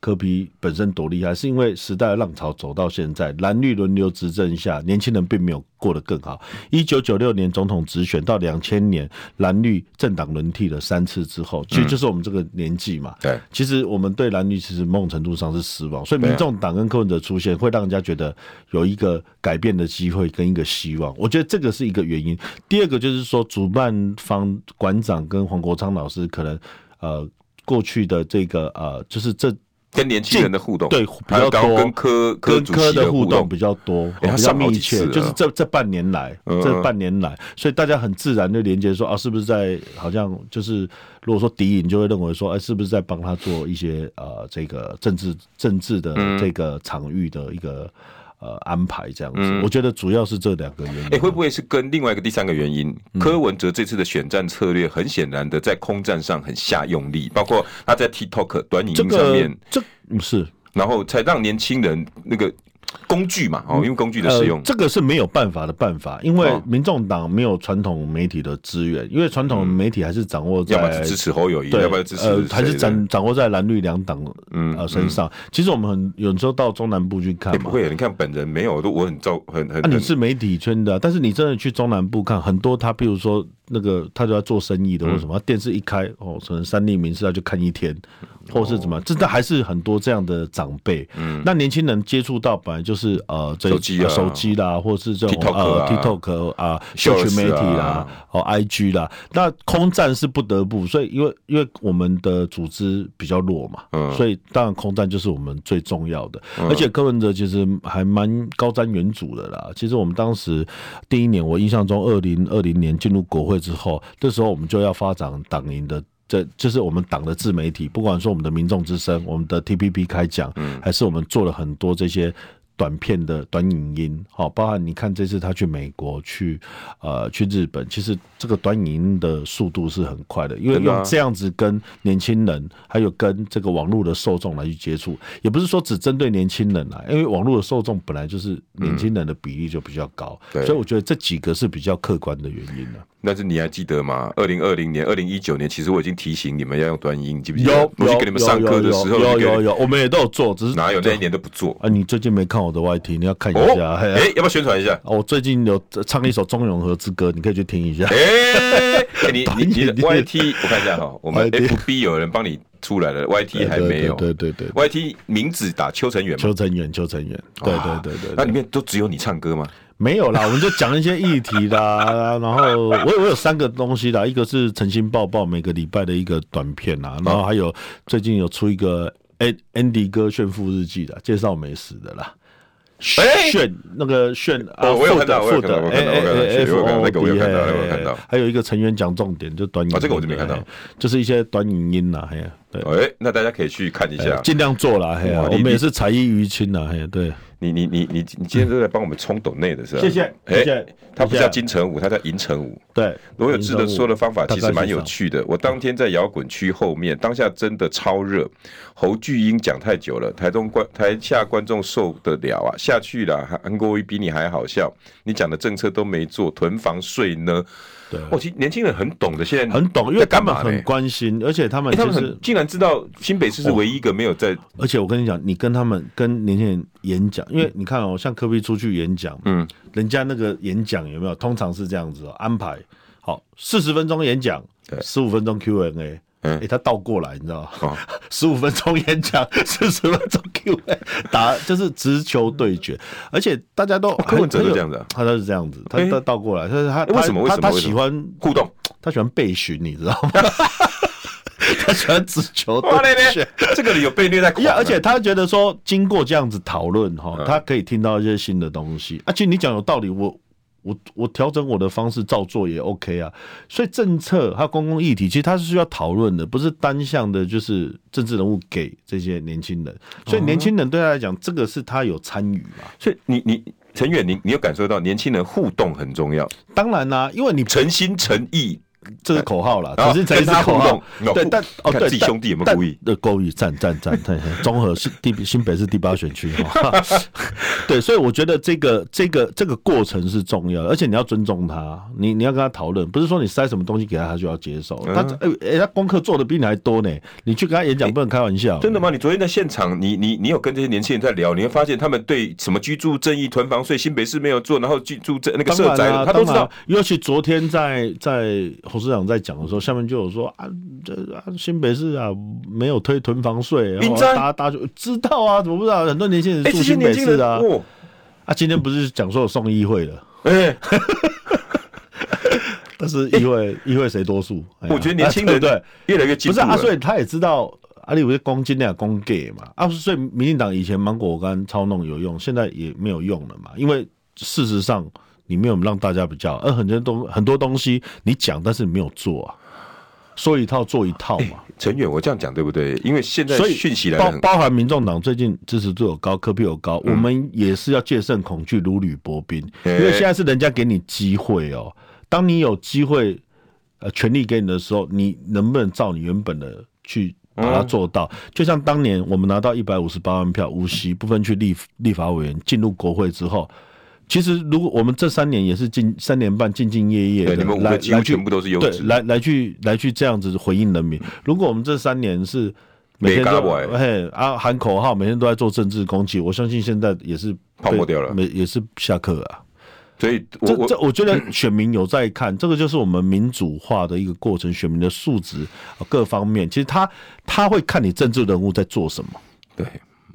S2: 柯比本身多厉害，是因为时代的浪潮走到现在，蓝绿轮流执政下，年轻人并没有过得更好。一九九六年总统直选到两千年，蓝绿政党轮替了三次之后，其实就是我们这个年纪嘛。
S1: 嗯对，
S2: 其实我们对蓝绿其实某种程度上是失望，所以
S1: 对啊
S2: 民众党跟柯文哲出现，会让人家觉得有一个改变的机会跟一个希望。我觉得这个是一个原因。第二个就是说，主办方馆长跟黄国昌老师可能呃过去的这个呃就是这
S1: 跟年轻人的互动，
S2: 对
S1: 还
S2: 比
S1: 有
S2: 较
S1: 刚
S2: 多
S1: 跟科科
S2: 跟
S1: 主
S2: 科
S1: 席的
S2: 互
S1: 动
S2: 动，比较多，哦
S1: 哎他
S2: 比较
S1: 上好
S2: 密
S1: 几次
S2: 切，
S1: 了
S2: 就是这这半年来，
S1: 嗯
S2: 这半年来，所以大家很自然就连接说啊，是不是在好像就是如果说敌营就会认为说，哎、是不是在
S1: 嗯
S2: 帮他做一些呃这个政治政治的这个场域的一个。呃安排这样子。
S1: 嗯
S2: 我觉得主要是这两个原因。
S1: 哎、会不会是跟另外一个第三个原因？
S2: 嗯
S1: 柯文哲这次的选战策略很显然的在空战上很下用力，包括他在 TikTok 短影
S2: 这
S1: 音上面，
S2: 个这嗯是
S1: 然后才让年轻人那个工具嘛，哦，因为工具的使用，
S2: 嗯呃这个是没有办法的办法，因为
S1: 哦
S2: 民众党没有传统媒体的资源，因为传统媒体还是掌握
S1: 嗯
S2: 在
S1: 要么是支持侯友谊，
S2: 对，
S1: 要不然支持谁
S2: 呃
S1: 的、，
S2: 还是掌掌握在蓝绿两党
S1: 嗯
S2: 呃身上。其实我们很有时候到中南部去看
S1: 也、不
S2: 嘛，
S1: 会，你看本人没有，都我很照，很很
S2: 那、啊你
S1: 很
S2: 是媒体圈的啊、但是你真的去中南部看，很多他，比如说那个他就要做生意的，或者什
S1: 嗯
S2: 么、他电视一开，哦，可能三立名视他就看一天，
S1: 哦
S2: 或是怎么样，真的还是很多这样的长辈。嗯，那年轻人接触到本来就是呃，这
S1: 手机啊
S2: 手机啦，或是这种
S1: TikTok
S2: 呃
S1: 啊
S2: TikTok 啊，社群媒体
S1: Shorts
S2: 啦
S1: 啊，
S2: 哦 IG 啦，那空战是不得不，所以因为因为我们的组织比较弱嘛，
S1: 嗯
S2: 所以当然空战就是我们最重要的。而且柯文哲其实还蛮高瞻远瞩的啦。其实我们当时第一年，我印象中二零二零年进入国会之后，这时候我们就要发展党营的。这就是我们党的自媒体，不管说我们的民众之声、我们的 TPP 开讲，
S1: 嗯
S2: 还是我们做了很多这些短片的短影音，好、包含你看这次他去美国、去呃去日本，其实这个短影音的速度是很快的，因为
S1: 真的啊
S2: 用这样子跟年轻人，还有跟这个网络的受众来去接触，也不是说只针对年轻人啊，因为网络的受众本来就是年轻人的比例就比较高，
S1: 对
S2: 所以我觉得这几个是比较客观的原因啊。
S1: 但是你还记得吗？二零二零年、二零一九年，其实我已经提醒你们要用短音，你记不记得？
S2: 有
S1: 我去
S2: 有
S1: 给你们上课的时候，
S2: 有有
S1: 就给
S2: 有
S1: 你
S2: 有有，我们也都有做，只是
S1: 哪有那一年都不做？
S2: 啊？你最近没看我的 YT，你要看一
S1: 哦，
S2: 下。嘿啊
S1: 哎、要不要宣传一下？
S2: 哦，我最近有唱一首钟永和之歌，你可以去听一下。
S1: 哎、哎你你你的 YT，我看一下哈，我们
S2: YT
S1: FB 有人帮你出来了，YT 还没有。
S2: 对对对对对
S1: YT 名字打邱成远嘛，
S2: 邱成远，邱成远，对对对对
S1: 那
S2: 对，
S1: 里面都只有你唱歌吗？
S2: 没有啦，我们就讲一些议题啦， 然后我我有三个东西啦，一个是诚心抱抱每个礼拜的一个短片
S1: 哦
S2: 啦，然后还有最近有出一个 An- Andy 哥炫富日记的，介绍美食的啦。
S1: 哎
S2: 炫那个炫啊，
S1: 哦我有看到我有
S2: 富
S1: 看到
S2: 的
S1: 我
S2: 富
S1: 有
S2: 的
S1: 看到我有看到我有看到
S2: 哎哎哎
S1: 那个我有看到那个我
S2: ，F O D，
S1: 有
S2: 嘿
S1: 看到
S2: 嘿还有一个成员讲重点就短影音的，啊
S1: 哦这个我就没看到
S2: 嘿，就是一些短影音啊啦，嘿，对，哎
S1: 哎、那大家可以去看一下。
S2: 尽量做啦，嘿啊，
S1: 哇你
S2: 我们
S1: 你
S2: 也是才艺于亲啦，嘿，对，
S1: 你你你你你今天都在帮我们冲抖内的是吧？
S2: 谢谢
S1: 哎
S2: 谢谢
S1: 他不
S2: 谢谢
S1: 叫金城武，他叫银城武。
S2: 对，
S1: 罗有志的说的方法其实蛮有
S2: 嗯大概是这
S1: 趣
S2: 样。
S1: 的。我当天在摇滚区后面，当下真的超热。侯巨英讲太久了，台中观台下观众受得了啊？下去了，韩韩国瑜比你还好笑。你讲的政策都没做，囤房税呢？
S2: 对
S1: 哦，其实年轻人很懂的，现在
S2: 很懂，因为
S1: 在
S2: 他
S1: 干
S2: 们
S1: 嘛呢
S2: 很哦关心，而且他们
S1: 哎他
S2: 就
S1: 们
S2: 是
S1: 很，竟然知道新北市是唯一一个没有在
S2: 而且我跟你讲，你跟他们跟年轻人演讲，因为你看哦，像科比出去演讲，
S1: 嗯，
S2: 人家那个演讲有没有，通常是这样子哦，安排好四十分钟演讲，十五分钟 Q&A。
S1: 嗯
S2: 诶他倒过来，你知道
S1: 哦
S2: 吗？ 十五、分钟演讲，四十分钟 Q&A，打就是直球对决，而且大家都
S1: 柯文哲
S2: 很
S1: 就
S2: 有
S1: 这样子啊
S2: 他都是这样子，他
S1: 诶
S2: 他倒过来，他他
S1: 诶为什么为
S2: 他
S1: 什么
S2: 他
S1: 为什
S2: 喜
S1: 么
S2: 欢
S1: 互动。
S2: 他喜欢被询，你知道吗？ 他喜欢直 球
S1: 哇嘞
S2: 对决
S1: 嘞。， 这个人有被虐待狂
S2: 呀，
S1: 啊，
S2: 而且他觉得说，经过这样子讨论哈，他可以听到一些新的东西。而且你讲有道理，我我我调整我的方式照做也 OK 啊。所以政策还有公共议题，其实它是需要讨论的，不是单向的，就是政治人物给这些年轻人。所以年轻人对他来讲，这个是他有参与嘛。
S1: 所以你你陈远，你你有感受到年轻人互动很重要，
S2: 当然啦、因为你
S1: 诚心诚意
S2: 这是口号啦，
S1: 然后
S2: 只是这是
S1: 啊跟他
S2: 口
S1: 互动
S2: 号
S1: 然后。
S2: 对
S1: 互，
S2: 但哦
S1: 看
S2: 对，
S1: 自己
S2: 但
S1: 兄弟有没有
S2: 但
S1: 故意
S2: 呃，故意赞赞赞赞，综合是第新北是第八选区哈。 对，所以我觉得这个这个这个过程是重要的，而且你要尊重他，你你要跟他讨论，不是说你塞什么东西给他，他就要接受。他哎
S1: 嗯
S2: 哎，他功课做的比你还多呢，你去跟他演讲不能开玩笑。
S1: 哎真的吗？你昨天在现场，你你你有跟这些年轻人在聊，你会发现他们对什么居住正义、囤房税、新北市没有做，然后居住正那个
S2: 当
S1: 社
S2: 然
S1: 宅，
S2: 啊，
S1: 他都知
S2: 当然
S1: 道
S2: 啊。尤其昨天在在侯市长在讲的时候，下面就有说啊，这啊新北市啊没有推囤房税，然
S1: 应
S2: 后
S1: 该
S2: 大家大家就知道啊，怎么不知道？很多年轻人
S1: 哎，
S2: 住
S1: 这些
S2: 新
S1: 年
S2: 北
S1: 轻
S2: 市
S1: 人
S2: 啊，
S1: 哦，
S2: 啊，今天不是讲说有送议会了，
S1: 哎，
S2: 但是 议会议会谁多数？哎呀
S1: 我觉得年轻人
S2: 啊 对不对，
S1: 越来越进
S2: 不
S1: 步
S2: 是啊，所
S1: 了。
S2: 以他也知道。啊，你不是攻斤俩攻 gay 嘛？啊，所以民进党以前芒果干操弄有用，现在也没有用了嘛。因为事实上你没有让大家比较，而很多东很多东西你讲，但是你没有做啊。说一套做一套嘛。
S1: 陈远，我这样讲对不对？因为现在
S2: 所以
S1: 讯息来的
S2: 包
S1: 很，嗯
S2: 包含民众党最近支持度有高，科比有高，我们也是要戒慎恐惧，如履薄冰。
S1: 哎
S2: 因为现在是人家给你机会哦，当你有机会，呃，权力给你的时候，你能不能照你原本的去把它做
S1: 嗯
S2: 到？就像当年我们拿到一百五十八万票，无锡不分区立立法委员进入国会之后。其实，如果我们这三年也是进三年半兢兢业业
S1: 对
S2: 的，
S1: 你们五
S2: 来
S1: 个几乎
S2: 来去
S1: 全部都是优
S2: 对
S1: 质，
S2: 来来去来去这样子回应人民。如果我们这三年是每天
S1: 没
S2: 都
S1: 干完
S2: 嘿啊喊口号，每天都在做政治攻击，我相信现在也是被
S1: 泡沫掉了
S2: 没也是下课啊。
S1: 所以我
S2: 这
S1: 我
S2: 这，我觉得选民有在看，这个就是我们民主化的一个过程，选民的素质呃各方面，其实他他会看你政治人物在做什么。
S1: 对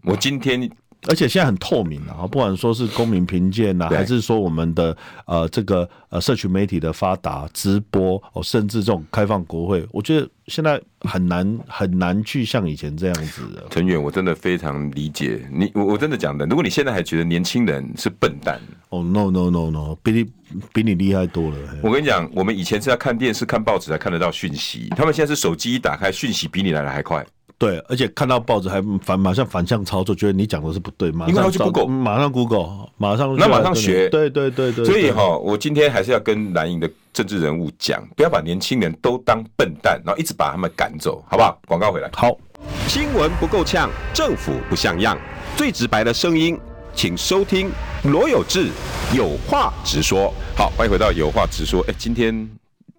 S1: 我今天
S2: 而且现在很透明啊，不管说是公民评鉴呐，
S1: 对
S2: 还是说我们的呃这个呃社群媒体的发达、直播哦，甚至这种开放国会，我觉得现在很难很难去像以前这样子的。
S1: 陈远，我真的非常理解你，我我真的讲的，如果你现在还觉得年轻人是笨蛋，
S2: 哦、no no no no，比你比你厉害多了。嘿
S1: 我跟你讲，我们以前是要看电视、看报纸才看得到讯息，他们现在是手机一打开，讯息比你来的还快。
S2: 对，而且看到报纸还反马上反向操作，觉得你讲的是不对，马
S1: 因为他
S2: 上
S1: 去
S2: 找
S1: Google
S2: 马上 Google，马上
S1: 那马上学
S2: 对对对对。
S1: 所以
S2: 对
S1: 哈，我今天还是要跟蓝营的政治人物讲，不要把年轻人都当笨蛋，然后一直把他们赶走，好不好？广告回来。
S2: 好，
S1: 新闻不够呛，政府不像样，最直白的声音，请收听罗有志有话直说。好，欢迎回到有话直说。哎、今天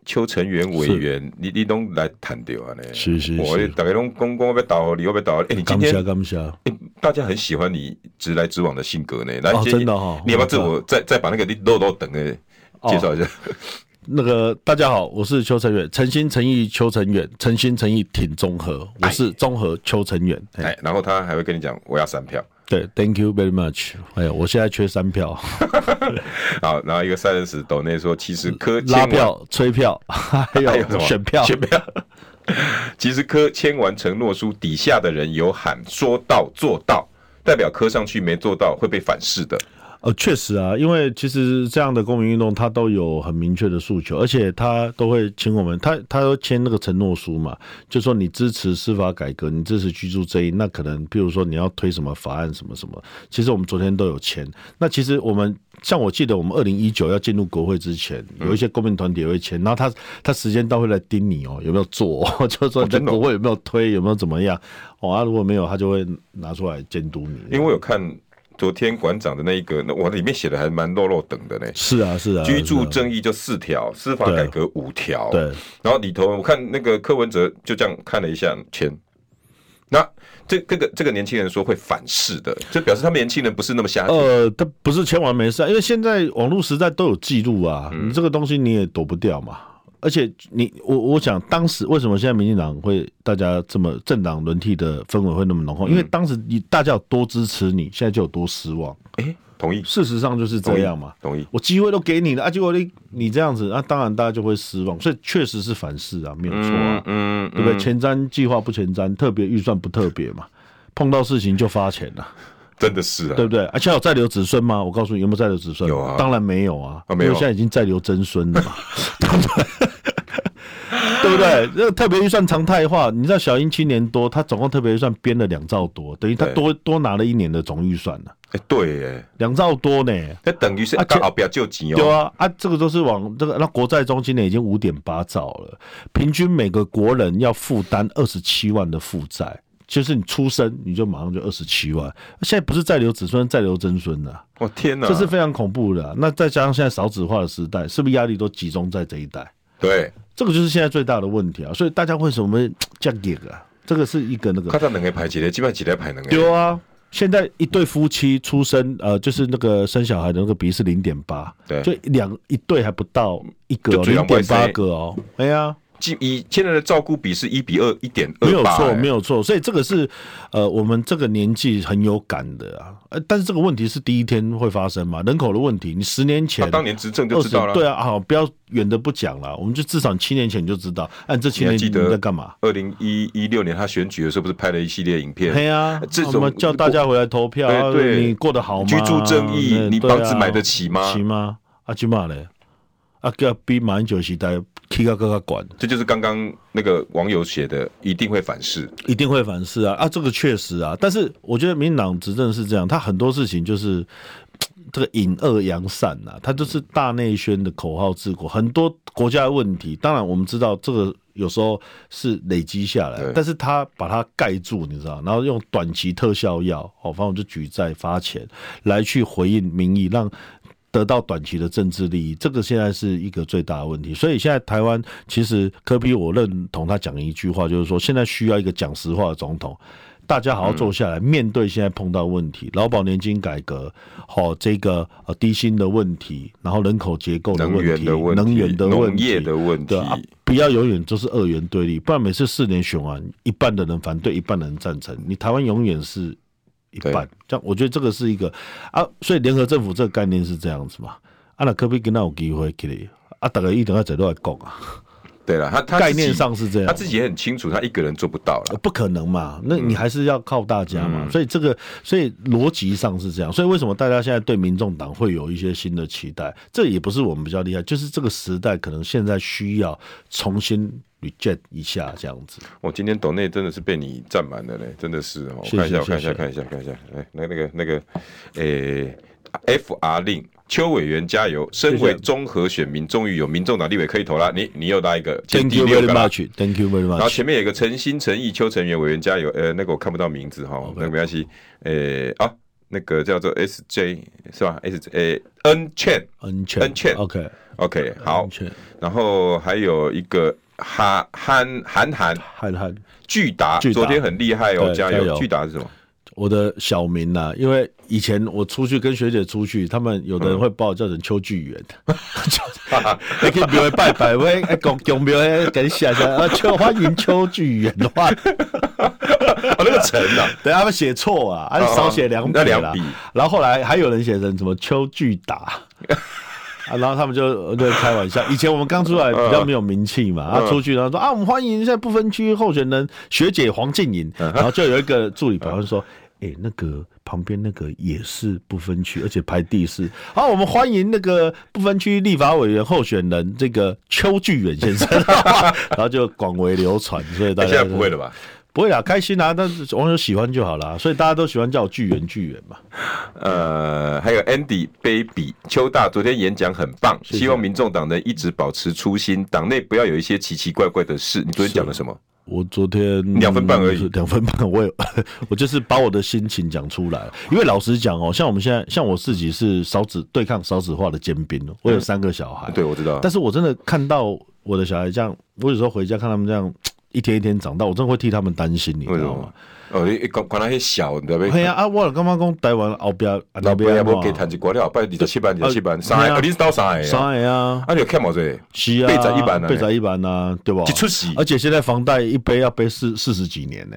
S1: 邱成元委员，你你都来谈掉啊呢？
S2: 是是
S1: 我
S2: 是
S1: 大家都公公要倒你，要被倒。哎、你今
S2: 感
S1: 天
S2: 谢感谢。
S1: 哎大家很喜欢你直来直往的性格呢。来，
S2: 哦
S1: 今
S2: 真的哦
S1: 你要不要自
S2: 我哦
S1: 我再再把那个你漏漏等的介绍一下？
S2: 那个大家好，我是邱成远，诚心诚意邱成远，诚心诚意挺综合，我是综合邱成远。哎，
S1: 哎哎，然后他还会跟你讲我要三票。
S2: 对，Thank you very much。哎呀，我现在缺三 票，
S1: 好，然后一个三人石斗内说，其实柯千
S2: 拉
S1: 万
S2: 票、催票，还
S1: 还有什么
S2: 有选票。
S1: 选票。 其实柯签完承诺书，底下的人有喊说到做到，代表柯上去没做到会被反噬的。
S2: 呃，确实啊，因为其实这样的公民运动，它都有很明确的诉求，而且他都会请我们，他他都签那个承诺书嘛，就说你支持司法改革，你支持居住正义，那可能比如说你要推什么法案什么什么，其实我们昨天都有签。那其实我们像我记得我们二零一九要进入国会之前，有
S1: 嗯
S2: 一些公民团体也会签，然后他他时间到会来盯你哦，有没有做、哦， 就说你在
S1: 真的哦
S2: 国会有没有推，有没有怎么样，哦啊，如果没有，他就会拿出来监督你。
S1: 因为我有看昨天馆长的那一个，那我里面写的还蛮肉肉等的呢。
S2: 是啊，是啊，
S1: 居
S2: 是
S1: 住
S2: 啊
S1: 正义哦就四条，司法
S2: 对
S1: 改革五条。
S2: 对。
S1: 然后里头我看那个柯文哲就这样看了一下签。那这这个这个年轻人说会反噬的，这表示他们年轻人不是那么瞎。
S2: 呃，他不是签完没事啊，因为现在网络时代都有记录啊，
S1: 嗯
S2: 你这个东西你也躲不掉嘛。而且你我我想，当时为什么现在民进党会大家这么政党轮替的氛围会那么浓厚？因为
S1: 嗯
S2: 当时你大家有多支持你，现在就有多失望。
S1: 哎，同意，
S2: 事实上就是这样嘛。
S1: 同意。
S2: 我机会都给你了啊，结果你你这样子，那、当然大家就会失望。所以确实是反噬啊，没有错啊，
S1: 嗯，
S2: 对不对？前瞻计划不前瞻，特别预算不特别嘛，碰到事情就发钱了、
S1: 真的是啊
S2: 对。不对？而且有在留子孙吗？我告诉你，有没有在留子孙？
S1: 有啊
S2: 当然没有啊，
S1: 啊没有
S2: 因为现在已经在留曾孙了嘛， 对不对？对不对？那个特别预算常态化，你知道小英七年多，他总共特别预算编了两兆多，等于他
S1: 对
S2: 多多拿了一年的总预算了，
S1: 哎，对，哎，
S2: 两兆多呢。
S1: 那等于是
S2: 啊
S1: 刚
S2: 这
S1: 好不要救急哦。
S2: 有啊啊，这个都是往这个那国债中今年已经五点八兆了，平均每个国人要负担二十七万的负债，就是你出生你就马上就二十七万，现在不是在留子孙，在留曾孙了、
S1: 我天哪，
S2: 这是非常恐怖的啊、那再加上现在少子化的时代，是不是压力都集中在这一代？
S1: 对，
S2: 这个就是现在最大的问题啊！所以大家为什么会这样演啊？这个是一个那
S1: 看
S2: 个
S1: 他能给排几类，基本上几类排能给。
S2: 丢啊！现在一对夫妻出生，呃，就是那个生小孩的那个比例是零点八，
S1: 对
S2: 就两一对还不到一个
S1: 就只有
S2: 零点八
S1: 2.8
S2: 个哦，哎呀、
S1: 基以现在的照顾比是一比二一点二
S2: 没有
S1: 八，
S2: 错，
S1: 哎
S2: 没有错，所以这个是呃，我们这个年纪很有感的啊。呃，但是这个问题是第一天会发生嘛？人口的问题，你十年前
S1: 他当年执政就知道了。
S2: 20对啊，好，不要远的不讲了，我们就至少七年前你就知道，按、你这七
S1: 你还
S2: 年
S1: 记
S2: 你
S1: 得
S2: 在干嘛？
S1: 二零一一六年他选举的时候，不是拍了一系列影片？
S2: 对啊，
S1: 这
S2: 我
S1: 种
S2: 们叫大家回来投票，啊
S1: 对对
S2: 你过得好吗？
S1: 居住正义
S2: 对
S1: 你
S2: 对啊
S1: 房子买得起吗
S2: 起吗？啊，去嘛嘞？啊，啊，叫比马英九时代起到更加管，
S1: 这就是刚刚那个网友写的，一定会反噬。
S2: 一定会反思啊啊，这个确实啊，但是我觉得民进党执政是这样，他很多事情就是嘖这个引恶扬善呐、啊，他就是大内宣的口号治国，很多国家的问题，当然我们知道这个有时候是累积下来
S1: 对，
S2: 但是他把它盖住，你知道，然后用短期特效药，哦，反正我就举债发钱来去回应民意，让得到短期的政治利益，这个现在是一个最大的问题。所以现在台湾其实科比，我认同他讲一句话，就是说现在需要一个讲实话的总统。大家好好坐下来，面对现在碰到的问题，劳保年金改革，好、这个呃低薪的问题，然后人口结构的
S1: 能
S2: 问
S1: 源
S2: 题，
S1: 的问题，
S2: 能源的问
S1: 农
S2: 题，
S1: 业的问题
S2: 对，啊，不要永远就是二元对立，不然每次四年选完，一半的人反对，一半的人赞成，你台湾永远是一半
S1: 对。
S2: 这样，我觉得这个是一个啊，所以联合政府这个概念是这样子嘛。啊，那科比跟那有机会给你啊，大家一定要在都来讲啊，
S1: 对了，他他
S2: 概
S1: 自己
S2: 念上是这
S1: 他
S2: 样。
S1: 自己也很清楚，他一个人做不到了。
S2: 不可能嘛，那
S1: 嗯
S2: 你还是要靠大家嘛，所以这个，所以逻辑上是这样，所以为什么大家现在对民众党会有一些新的期待？这也不是我们比较厉害，就是这个时代可能现在需要重新 reject 一下这样子。
S1: 我哦今天抖内真的是被你占满了嘞，真的是哦。
S2: 谢
S1: 我看一下，
S2: 谢
S1: 我看一下，
S2: 谢谢
S1: 看一下，看一下。哎，那那个那个，诶，F R 令邱委员加油！身为综合选民，终于有民众党立委可以投啦。你你又拉一个，前
S2: Thank
S1: 第
S2: you
S1: 六
S2: very
S1: 个啦。
S2: much. Thank you very
S1: 然后
S2: much.
S1: 前面有一个诚心诚意邱成员委员加油，呃，那个我看不到名字哈，那个没关系，呃，啊，那个叫做 S J 是吧？S J 呃 N Chen
S2: 安全，
S1: 安全
S2: OK，
S1: OK 好
S2: 安，全，
S1: 然后还有一个哈韩韩寒
S2: 汉汉，
S1: 巨达，
S2: 巨达
S1: 昨天很厉害哦，
S2: 对
S1: 加
S2: 加
S1: 油！
S2: 油
S1: 巨达是什么？
S2: 我的小名呐、因为以前我出去跟学姐出去，他们有
S1: 嗯
S2: 的人会把我叫成邱巨源， 你可以不会拜拜，我哎讲讲不会给你写下，啊，邱欢迎邱巨源的话，
S1: 哦，那个陈啊，哦
S2: 对他们写错啊， 还是少写两笔
S1: 那两
S2: 啦
S1: 笔。
S2: 然后后来还有人写成什么邱巨 达。啊，然后他们就就开玩笑。以前我们刚出来比较没有名气嘛，
S1: 嗯
S2: 啊，出去然后说啊，我们欢迎现在不分区候选人学姐黄静莹，
S1: 嗯
S2: 然后就有一个助理保安说，哎，那个旁边那个也是不分区，而且排第四。啊好，我们欢迎那个不分区立法委员候选人这个邱巨远 先生，然后就广为流传，所以大
S1: 哎
S2: 家
S1: 现在
S2: 就
S1: 不会了吧？
S2: 不会啦，开心啦、但是网友喜欢就好啦，所以大家都喜欢叫我巨源巨源嘛。
S1: 呃，还有 Andy Baby 邱大，昨天演讲很棒，
S2: 谢
S1: 希望民众党能一直保持初心，党内不要有一些奇奇怪怪的事。你昨天讲了什么？
S2: 我昨天
S1: 两分半而已
S2: 是两分半，我有 我就是把我的心情讲出来。因为老实讲哦，像我们现在，像我自己是少子对抗少子化的尖兵哦，我有三个小孩，
S1: 嗯对，我知道。
S2: 但是我真的看到我的小孩这样，我有时候回家看他们这样一天一天长大，我真的会替他们担心，你
S1: 为
S2: 知
S1: 什
S2: 道吗
S1: 么？？哦，你管管那些小，你知道
S2: 哎
S1: 呗？
S2: 呀啊，我有感觉讲台湾啊后边
S1: 老伯也无
S2: 不
S1: 给谈一挂了，拜二十七班，二十七班，
S2: 啊
S1: 三
S2: 对
S1: 个，
S2: 啊
S1: 啊，你是到三个啊？
S2: 三个啊，
S1: 啊，你有看冇这？
S2: 是啊，
S1: 背载一班啊
S2: 背载一班啊，对吧？
S1: 一出息
S2: 而且现在房贷一背要背四四十几年呢、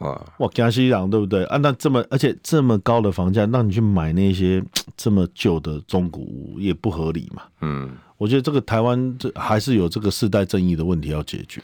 S1: 哇，
S2: 哇，江西郎对不对啊？那这么而且这么高的房价，让你去买那些嘖这么旧的中古屋也不合理嘛？
S1: 嗯
S2: 我觉得这个台湾这还是有这个世代正义的问题要解决。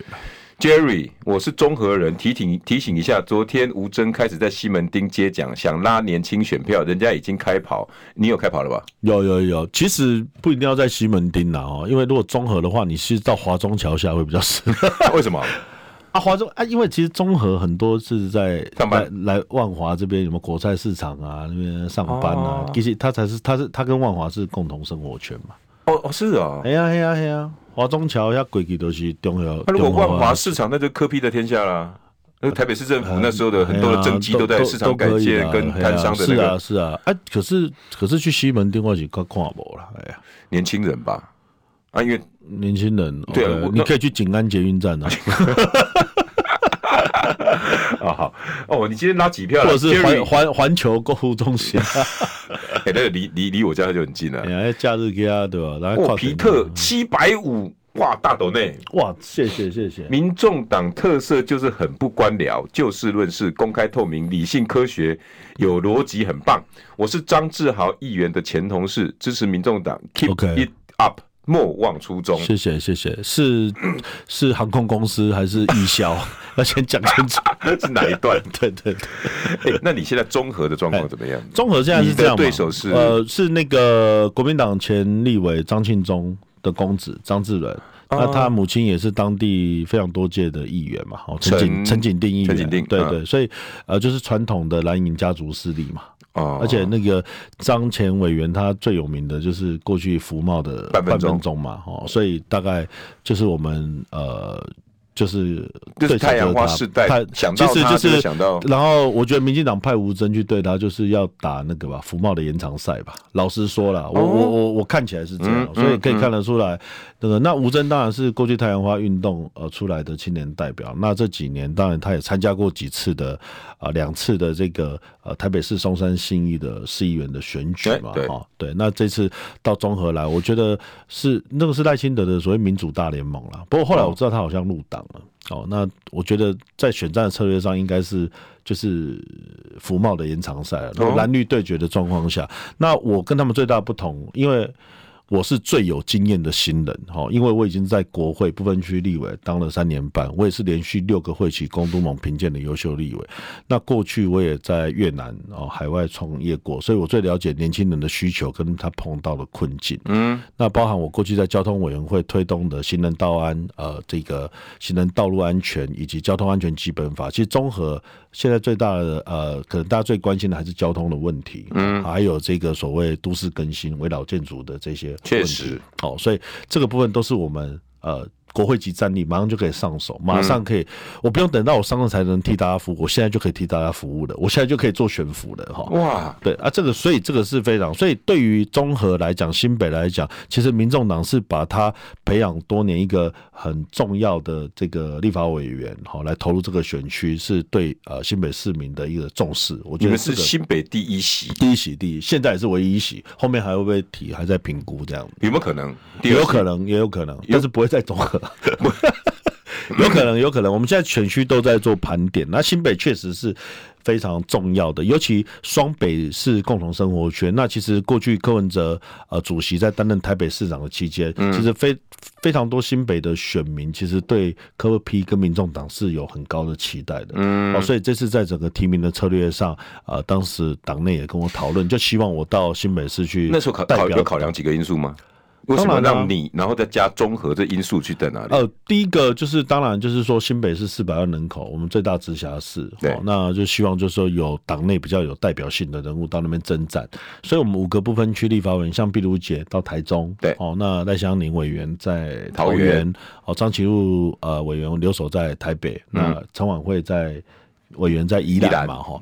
S1: ，Jerry，我是中和人，提醒提醒一下，昨天吴征开始在西门町接奖，想拉年轻选票，人家已经开跑，你有开跑 了吧？
S2: 有有有，其实不一定要在西门町啦哦，因为如果综合的话，你是到华中桥下会比较适合。
S1: 为什么？
S2: 啊，华中啊，因为其实综合很多是在
S1: 上班
S2: 来来万华这边，什么国菜市场啊那边上班啊，
S1: 哦
S2: 其实他才是他是他跟万华是共同生活圈嘛。
S1: 哦哦，是哦。
S2: 哎呀哎呀哎呀，华中桥要过去都是中和。
S1: 那如果
S2: 中和啊
S1: 万华市场，那就柯批的天下啦。那台北市政府那时候的很多的政绩
S2: 哎呀
S1: 都在市场改建
S2: 都都可以
S1: 跟
S2: 啦
S1: 摊商的那
S2: 哎呀
S1: 个
S2: 是啊是啊，啊可是可是去西门町我是看看无啦，哎呀，
S1: 年轻人吧。啊，因为
S2: 年轻人
S1: 对啊
S2: OK，
S1: 我
S2: 你可以去景安捷运站 啊，
S1: 啊好哦，你今天拉几票
S2: 或
S1: 了
S2: 者是
S1: Jerry
S2: 环环环球购物中心啊，
S1: 哎，那个离离离我家就很近了
S2: 哎。呀，假日给啊对吧？然后
S1: 哇，
S2: 跨
S1: 皮
S2: 省
S1: 特七百五，哇，大斗内。
S2: 哇，谢谢谢谢。
S1: 民众党特色就是很不官僚，就事论事，公开透明，理性科学，有逻辑，很棒。我是张志豪议员的前同事，支持民众党，keep
S2: OK
S1: it up，莫忘初衷。
S2: 谢谢谢谢，是 是航空公司还是义消？ 要先讲清楚。
S1: 是哪一段？
S2: 对对对，
S1: 哎、那你现在综合的状况怎么样？
S2: 综合现在是这
S1: 你的
S2: 样嘛
S1: 对手是
S2: 呃是那个国民党前立委张庆忠，的公子张志伦，
S1: 哦
S2: 那他母亲也是当地非常多届的议员嘛，哦，陈
S1: 陈
S2: 景陈景定议
S1: 陈
S2: 员，
S1: 景定
S2: 对
S1: 嗯
S2: 对，所以呃，就是传统的蓝营家族势力嘛。
S1: 哦
S2: 哎而且那个张前委员他最有名的就是过去福茂的
S1: 半分钟
S2: 钟嘛，哦，所以大概就是我们呃。就是
S1: 就是
S2: 对手
S1: 太阳花
S2: 他
S1: 世代
S2: 他
S1: 想到
S2: 其实
S1: 他
S2: 就
S1: 就是
S2: 是
S1: 想到
S2: 然后我觉得民进党派吴征去对他，就是要打那个吧福茂的延长赛吧。老实说了，我、我我我看起来是这样，
S1: 哦嗯
S2: 所以可以看得出来，那个那吴征当然是过去太阳花运动呃出来的青年代表。那这几年当然他也参加过几次的啊、呃两次的这个呃台北市松山信义的市议员的选举
S1: 对
S2: 嘛，
S1: 对
S2: 哦对，那这次到综合来，我觉得是那个是赖清德的所谓民主大联盟啦。不过后来我知道他好像入党了。哦，那我觉得在选战的策略上应该是就是福茂的延长赛了。啊如果蓝绿对决的状况下，那我跟他们最大的不同，因为我是最有经验的新人，哈，因为我已经在国会不分区立委当了三年半，我也是连续六个会期公都盟评鉴的优秀立委。那过去我也在越南哦海外创业过，所以我最了解年轻人的需求跟他碰到的困境。嗯，那包含我过去在交通委员会推动的行人道安，呃，这个行人道路安全以及交通安全基本法，其实综合现在最大的呃，可能大家最关心的还是交通的问题，嗯，还有这个所谓都市更新、围绕建筑的这些
S1: 确
S2: 问题
S1: 实，
S2: 哦，所以这个部分都是我们呃国会级战力，马上就可以上手，马
S1: 嗯
S2: 上可以，我不用等到我上任才能替大家服务，我现在就可以替大家服务了，我现在就可以做悬浮了哈。
S1: 哇，
S2: 对啊，这个所以这个是非常，所以对于综合来讲，新北来讲，其实民众党是把他培养多年一个很重要的这个立法委员，好、来投入这个选区，是对呃新北市民的一个重视。我
S1: 你
S2: 觉得
S1: 们是
S2: 这个
S1: 新北第一席，
S2: 第一席，第一，现在也是唯一一席，后面还会不会提，还在评估这样子。
S1: 有没有可能？第
S2: 也
S1: 二
S2: 有
S1: 席
S2: 可能，也有可能，但是不会再综合。 有可能，有可能。我们现在全区都在做盘点，那新北确实是非常重要的，尤其双北是共同生活圈。那其实过去柯文哲呃主席在担任台北市长的期间，
S1: 嗯
S2: 其实非非常多新北的选民其实对柯 P 跟民众党是有很高的期待的。嗯，哦，所以这次在整个提名的策略上，呃，当时党内也跟我讨论，就希望我到新北市去
S1: 那时候考
S2: 代
S1: 考
S2: 表
S1: 有考量几个因素吗？为什
S2: 当
S1: 么
S2: 然啦
S1: 让你，然后再加综合这因素去在哪里？
S2: 呃，第一个就是当然就是说新北是四百万人口，我们最大直辖市，
S1: 对
S2: 哦，那就希望就是说有党内比较有代表性的人物到那边征战，所以我们五个不分区立法委员，像碧如姐到台中，
S1: 对
S2: 哦，那赖香林委员在
S1: 桃
S2: 桃
S1: 园
S2: 园，哦，张其禄呃委员留守在台北，
S1: 嗯
S2: 那陈婉慧在委员在宜
S1: 宜兰
S2: 兰嘛，哈。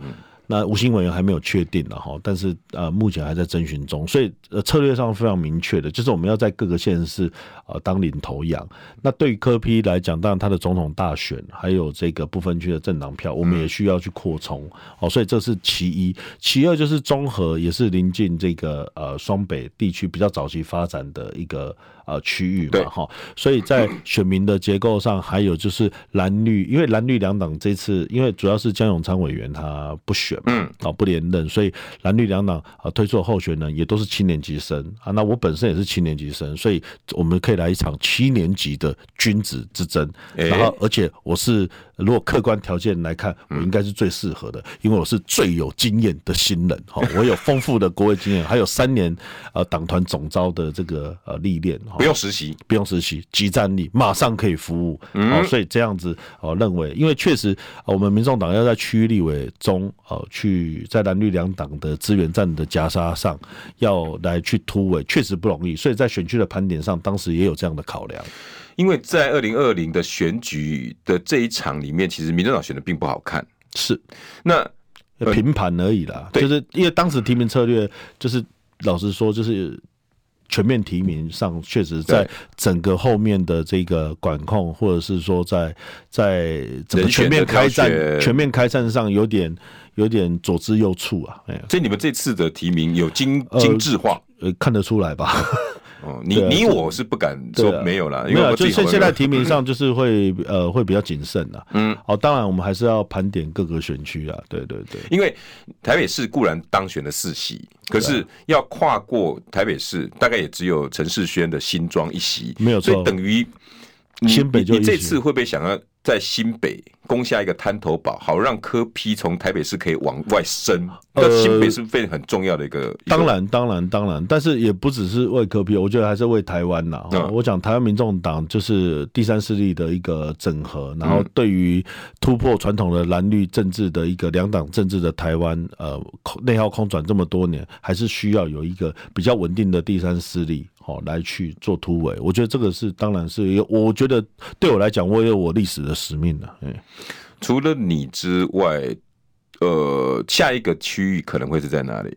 S2: 那吴兴委员还没有确定了哈，但是呃，目前还在征询中，所以呃，策略上非常明确的，就是我们要在各个县市呃当领头羊。那对于柯批来讲，当然他的总统大选还有这个不分区的政党票，我们也需要去扩充哦，所以这是其一。其二就是综合，也是临近这个呃双北地区比较早期发展的一个呃区域
S1: 对
S2: 嘛哈，所以在选民的结构上，还有就是蓝绿，因为蓝绿两党这次因为主要是江永昌委员他不选嘛，
S1: 嗯
S2: 啊、不连任，所以蓝绿两党啊推出的候选人也都是七年级生啊。那我本身也是七年级生，所以我们可以来一场七年级的君子之争。
S1: 诶
S2: 然后，而且我是如果客观条件来看，我应该是最适合的，因为我是最有经验的新 人哈、我有丰富的国会经验，还有三年呃党团总招的这个呃历练哈。
S1: 不用实习，
S2: 不用实习，集战力马上可以服务。
S1: 嗯
S2: 哦，所以这样子，哦，认为，因为确实、呃我们民众党要在区域立委中，哦，去在蓝绿两党的资源战的夹杀上，要来去突围，确实不容易。所以在选区的盘点上，当时也有这样的考量。
S1: 因为在二零二零的选举的这一场里面，其实民政党选的并不好看。
S2: 是，
S1: 那呃
S2: 平盘而已啦，
S1: 对
S2: 就是因为当时提名策略，就是老实说，就是全面提名上，确实在
S1: 对
S2: 整个后面的这个管控，或者是说在在整个
S1: 人选的
S2: 全面开
S1: 挑选
S2: 战、全面开战上有点有点左支右绌啊，哎呀，
S1: 所以你们这次的提名有精
S2: 呃
S1: 精致化
S2: 呃，看得出来吧？
S1: 哦，你
S2: 对啊
S1: 你
S2: 这
S1: 我是不敢
S2: 对
S1: 说
S2: 啊
S1: 没有啦，因
S2: 没
S1: 为
S2: 有啊，
S1: 我自
S2: 就是
S1: 己好像
S2: 现现在提名上就是会呃会比较谨慎啊。
S1: 嗯，
S2: 哦，当然我们还是要盘点各个选区啊，对对对，
S1: 因为台北市固然当选了四席，
S2: 啊
S1: 可是要跨过台北市，大概也只有陈世轩的新庄一席，
S2: 没有错
S1: 所以等于你
S2: 新北就
S1: 你你这
S2: 一席
S1: 次会不会想要在新北攻下一个滩头堡，好让柯批从台北市可以往外伸。那
S2: 呃
S1: 新北是非常很重要的一个，一个
S2: 当然，当然，当然，但是也不只是为科批，我觉得还是为台湾呐、
S1: 嗯
S2: 哦我讲台湾民众党就是第三势力的一个整合，然后对于突破传统的蓝绿政治的一个两党政治的台湾，呃，空内耗空转这么多年，还是需要有一个比较稳定的第三势力。哦，来去做突围，我觉得这个是当然是一个，我觉得对我来讲，我也有我历史的使命了、嗯，
S1: 除了你之外，呃，下一个区域可能会是在哪里？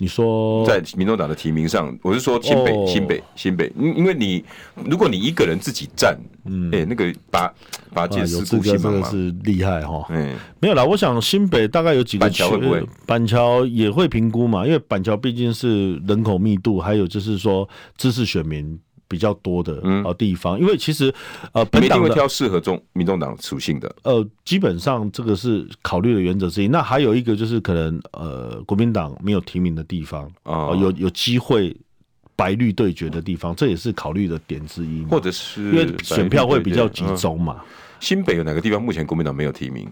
S2: 你说啊
S1: 在民众党的提名上，我是说新北、
S2: 哦
S1: 新北、新北，因因为你如果你一个人自己站，嗯，哎、那个拔拔
S2: 啊
S1: 剑
S2: 有
S1: 四
S2: 志
S1: 顾
S2: 哥
S1: 心
S2: 真
S1: 茫
S2: 的
S1: 茫，
S2: 是厉害哈、
S1: 哎、
S2: 没有啦，我想新北大概有几个
S1: 板
S2: 区，
S1: 桥会不会
S2: 板桥也会评估嘛，因为板桥毕竟是人口密度，还有就是说知识选民比较多的
S1: 嗯
S2: 呃地方，因为其实呃
S1: 你
S2: 本
S1: 们一定
S2: 党
S1: 会
S2: 的
S1: 挑适合中民众党属性的。
S2: 呃，基本上这个是考虑的原则之一。那还有一个就是可能呃，国民党没有提名的地方
S1: 哦
S2: 呃有有机会白绿对决的地方，这也是考虑的点之一嘛。
S1: 或者是
S2: 因为选票会比较集
S1: 对对对
S2: 中嘛。
S1: 嗯新北有哪个地方目前国民党没有提名？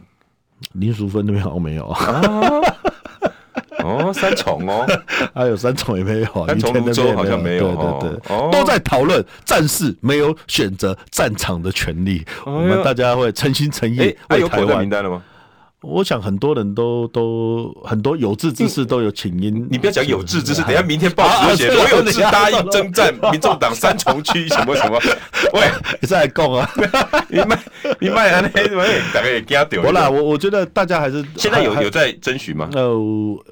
S2: 林淑芬那边好像没有，
S1: 哦，三重 哦，
S2: 还有三重也没有啊，
S1: 三重
S2: 于天那边
S1: 泸州好像没有
S2: 对
S1: 哦
S2: 对对，
S1: 哦
S2: 都在讨论战士没有选择战场的权利，我们大家会诚心诚意
S1: 哎、还
S2: 为
S1: 有
S2: 台
S1: 口袋
S2: 湾
S1: 名。单了吗？
S2: 我想很多人都都很多有志之士都有请缨，
S1: 你不要讲有志之 士，等一下明天报
S2: 啊
S1: 纸就写
S2: 对
S1: 罗
S2: 啊
S1: 有志
S2: 对啊
S1: 答应征战民众党三重区什么什 么，喂，
S2: 再供啊。
S1: 你卖 你卖安尼，喂，大家也惊到。啊
S2: 我啦，我我觉得大家还是
S1: 现在有
S2: 还
S1: 有在征询吗？
S2: 呃，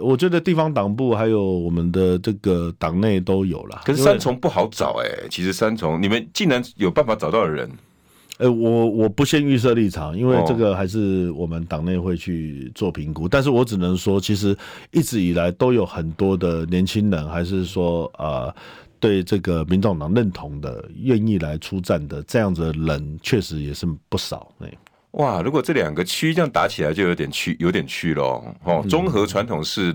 S2: 我觉得地方党部还有我们的这个党内都有啦。
S1: 可是
S2: 因为
S1: 三重不好找哎、其实三重你们竟然有办法找到的人，
S2: 呃，我我不先预设立场，因为
S1: 哦
S2: 这个还是我们党内会去做评估。但是我只能说，其实一直以来都有很多的年轻人，还是说呃，对这个民众党认同的、愿意来出战的这样子的人，确实也是不少。哎、
S1: 哇！如果这两个区这样打起来，就有点区有点区咯。
S2: 嗯
S1: 哦，综合传统是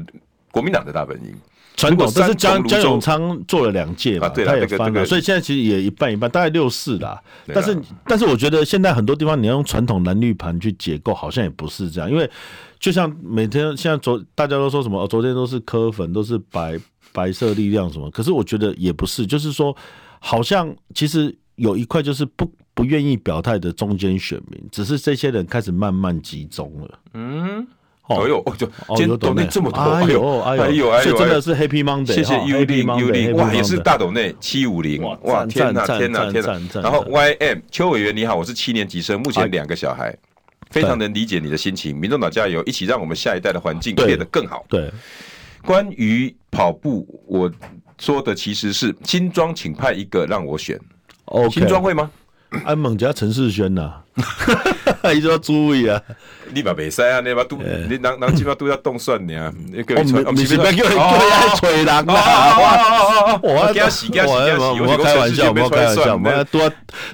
S1: 国民党的大本营，
S2: 传
S1: 如
S2: 统
S1: 果，
S2: 这
S1: 三
S2: 是江
S1: 重泸州
S2: 江永昌做了两届嘛，
S1: 啊对啦
S2: 他也
S1: 那个
S2: 翻了，
S1: 那个
S2: 所以现在其实也一半一半，大概六四啦。
S1: 对啦
S2: 但是但是我觉得现在很多地方你要用传统蓝绿盘去解构，好像也不是这样，因为就像每天现在昨大家都说什么，哦、昨天都是科粉，都是白白色力量什么，可是我觉得也不是，就是说好像其实有一块就是不不愿意表态的中间选民，只是这些人开始慢慢集中了。
S1: 嗯，
S2: 哦
S1: 哦呦，哦就今
S2: 哦，有
S1: 天
S2: 懂
S1: 懂
S2: 内
S1: 内这么多，
S2: 哎呦哦
S1: 哎
S2: 哎
S1: 呦哎呦
S2: 呦，
S1: 哎
S2: 所以
S1: 呦，
S2: 真的是 Happy Monday，
S1: 谢谢
S2: 哈
S1: U 零
S2: Happy
S1: U 零，
S2: Monday，
S1: 哇，
S2: Happy
S1: 也是
S2: Monday
S1: 大董内七五零
S2: 哇，
S1: 哇，天
S2: 赞
S1: 哪，
S2: 赞
S1: 天哪，
S2: 赞
S1: 天
S2: 赞
S1: 哪！
S2: 赞
S1: 然后
S2: 赞
S1: Y M 邱委员你好，我是七年级生，目
S2: 哎
S1: 前两个小孩，非常能理解你的心情。民众党加油，一起让我们下一代的环境
S2: 对
S1: 变得更好。
S2: 对，
S1: 关于跑步，我说的其实是新庄，请派一个让我选。新
S2: OK，
S1: 庄会吗？
S2: 安猛哎加陈世轩 呐、啊，一定要注意啊！
S1: 你把北塞啊，你把都你当当鸡巴都要动算你啊！你给
S2: 我
S1: 传
S2: 们你是
S1: 哦
S2: 不要叫人
S1: 哦
S2: 叫人家吹人
S1: 哦哦
S2: 啊！
S1: 哦哦哦哦哦！
S2: 我
S1: 惊死惊死惊死！
S2: 我开玩笑，我
S1: 没
S2: 开玩笑，
S1: 没
S2: 我多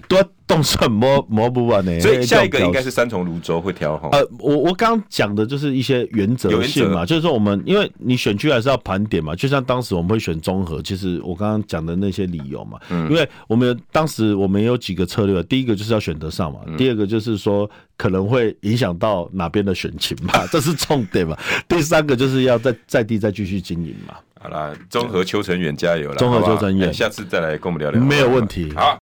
S2: 多动算摸摸不完呢。
S1: 所以下一个应该是三重泸州会挑哈。
S2: 呃，我我刚刚讲的就是一些原则性
S1: 有原
S2: 嘛，就是说我们因为你选区还是要盘点嘛，就像当时我们会选综合，其实我刚刚讲的那些理由嘛，
S1: 嗯
S2: 因为我们有当时我们有几个策略，第一个就是要选择上嘛，
S1: 嗯
S2: 第二个就是说可能会影响到哪边的选情嘛， 这是重点嘛，第三个就是要在在地再继续经营嘛，
S1: 好啦，综合邱成远加油啦！
S2: 综合
S1: 好不好
S2: 邱成远
S1: 哎下次再来跟我们聊聊，
S2: 没有问题
S1: 好，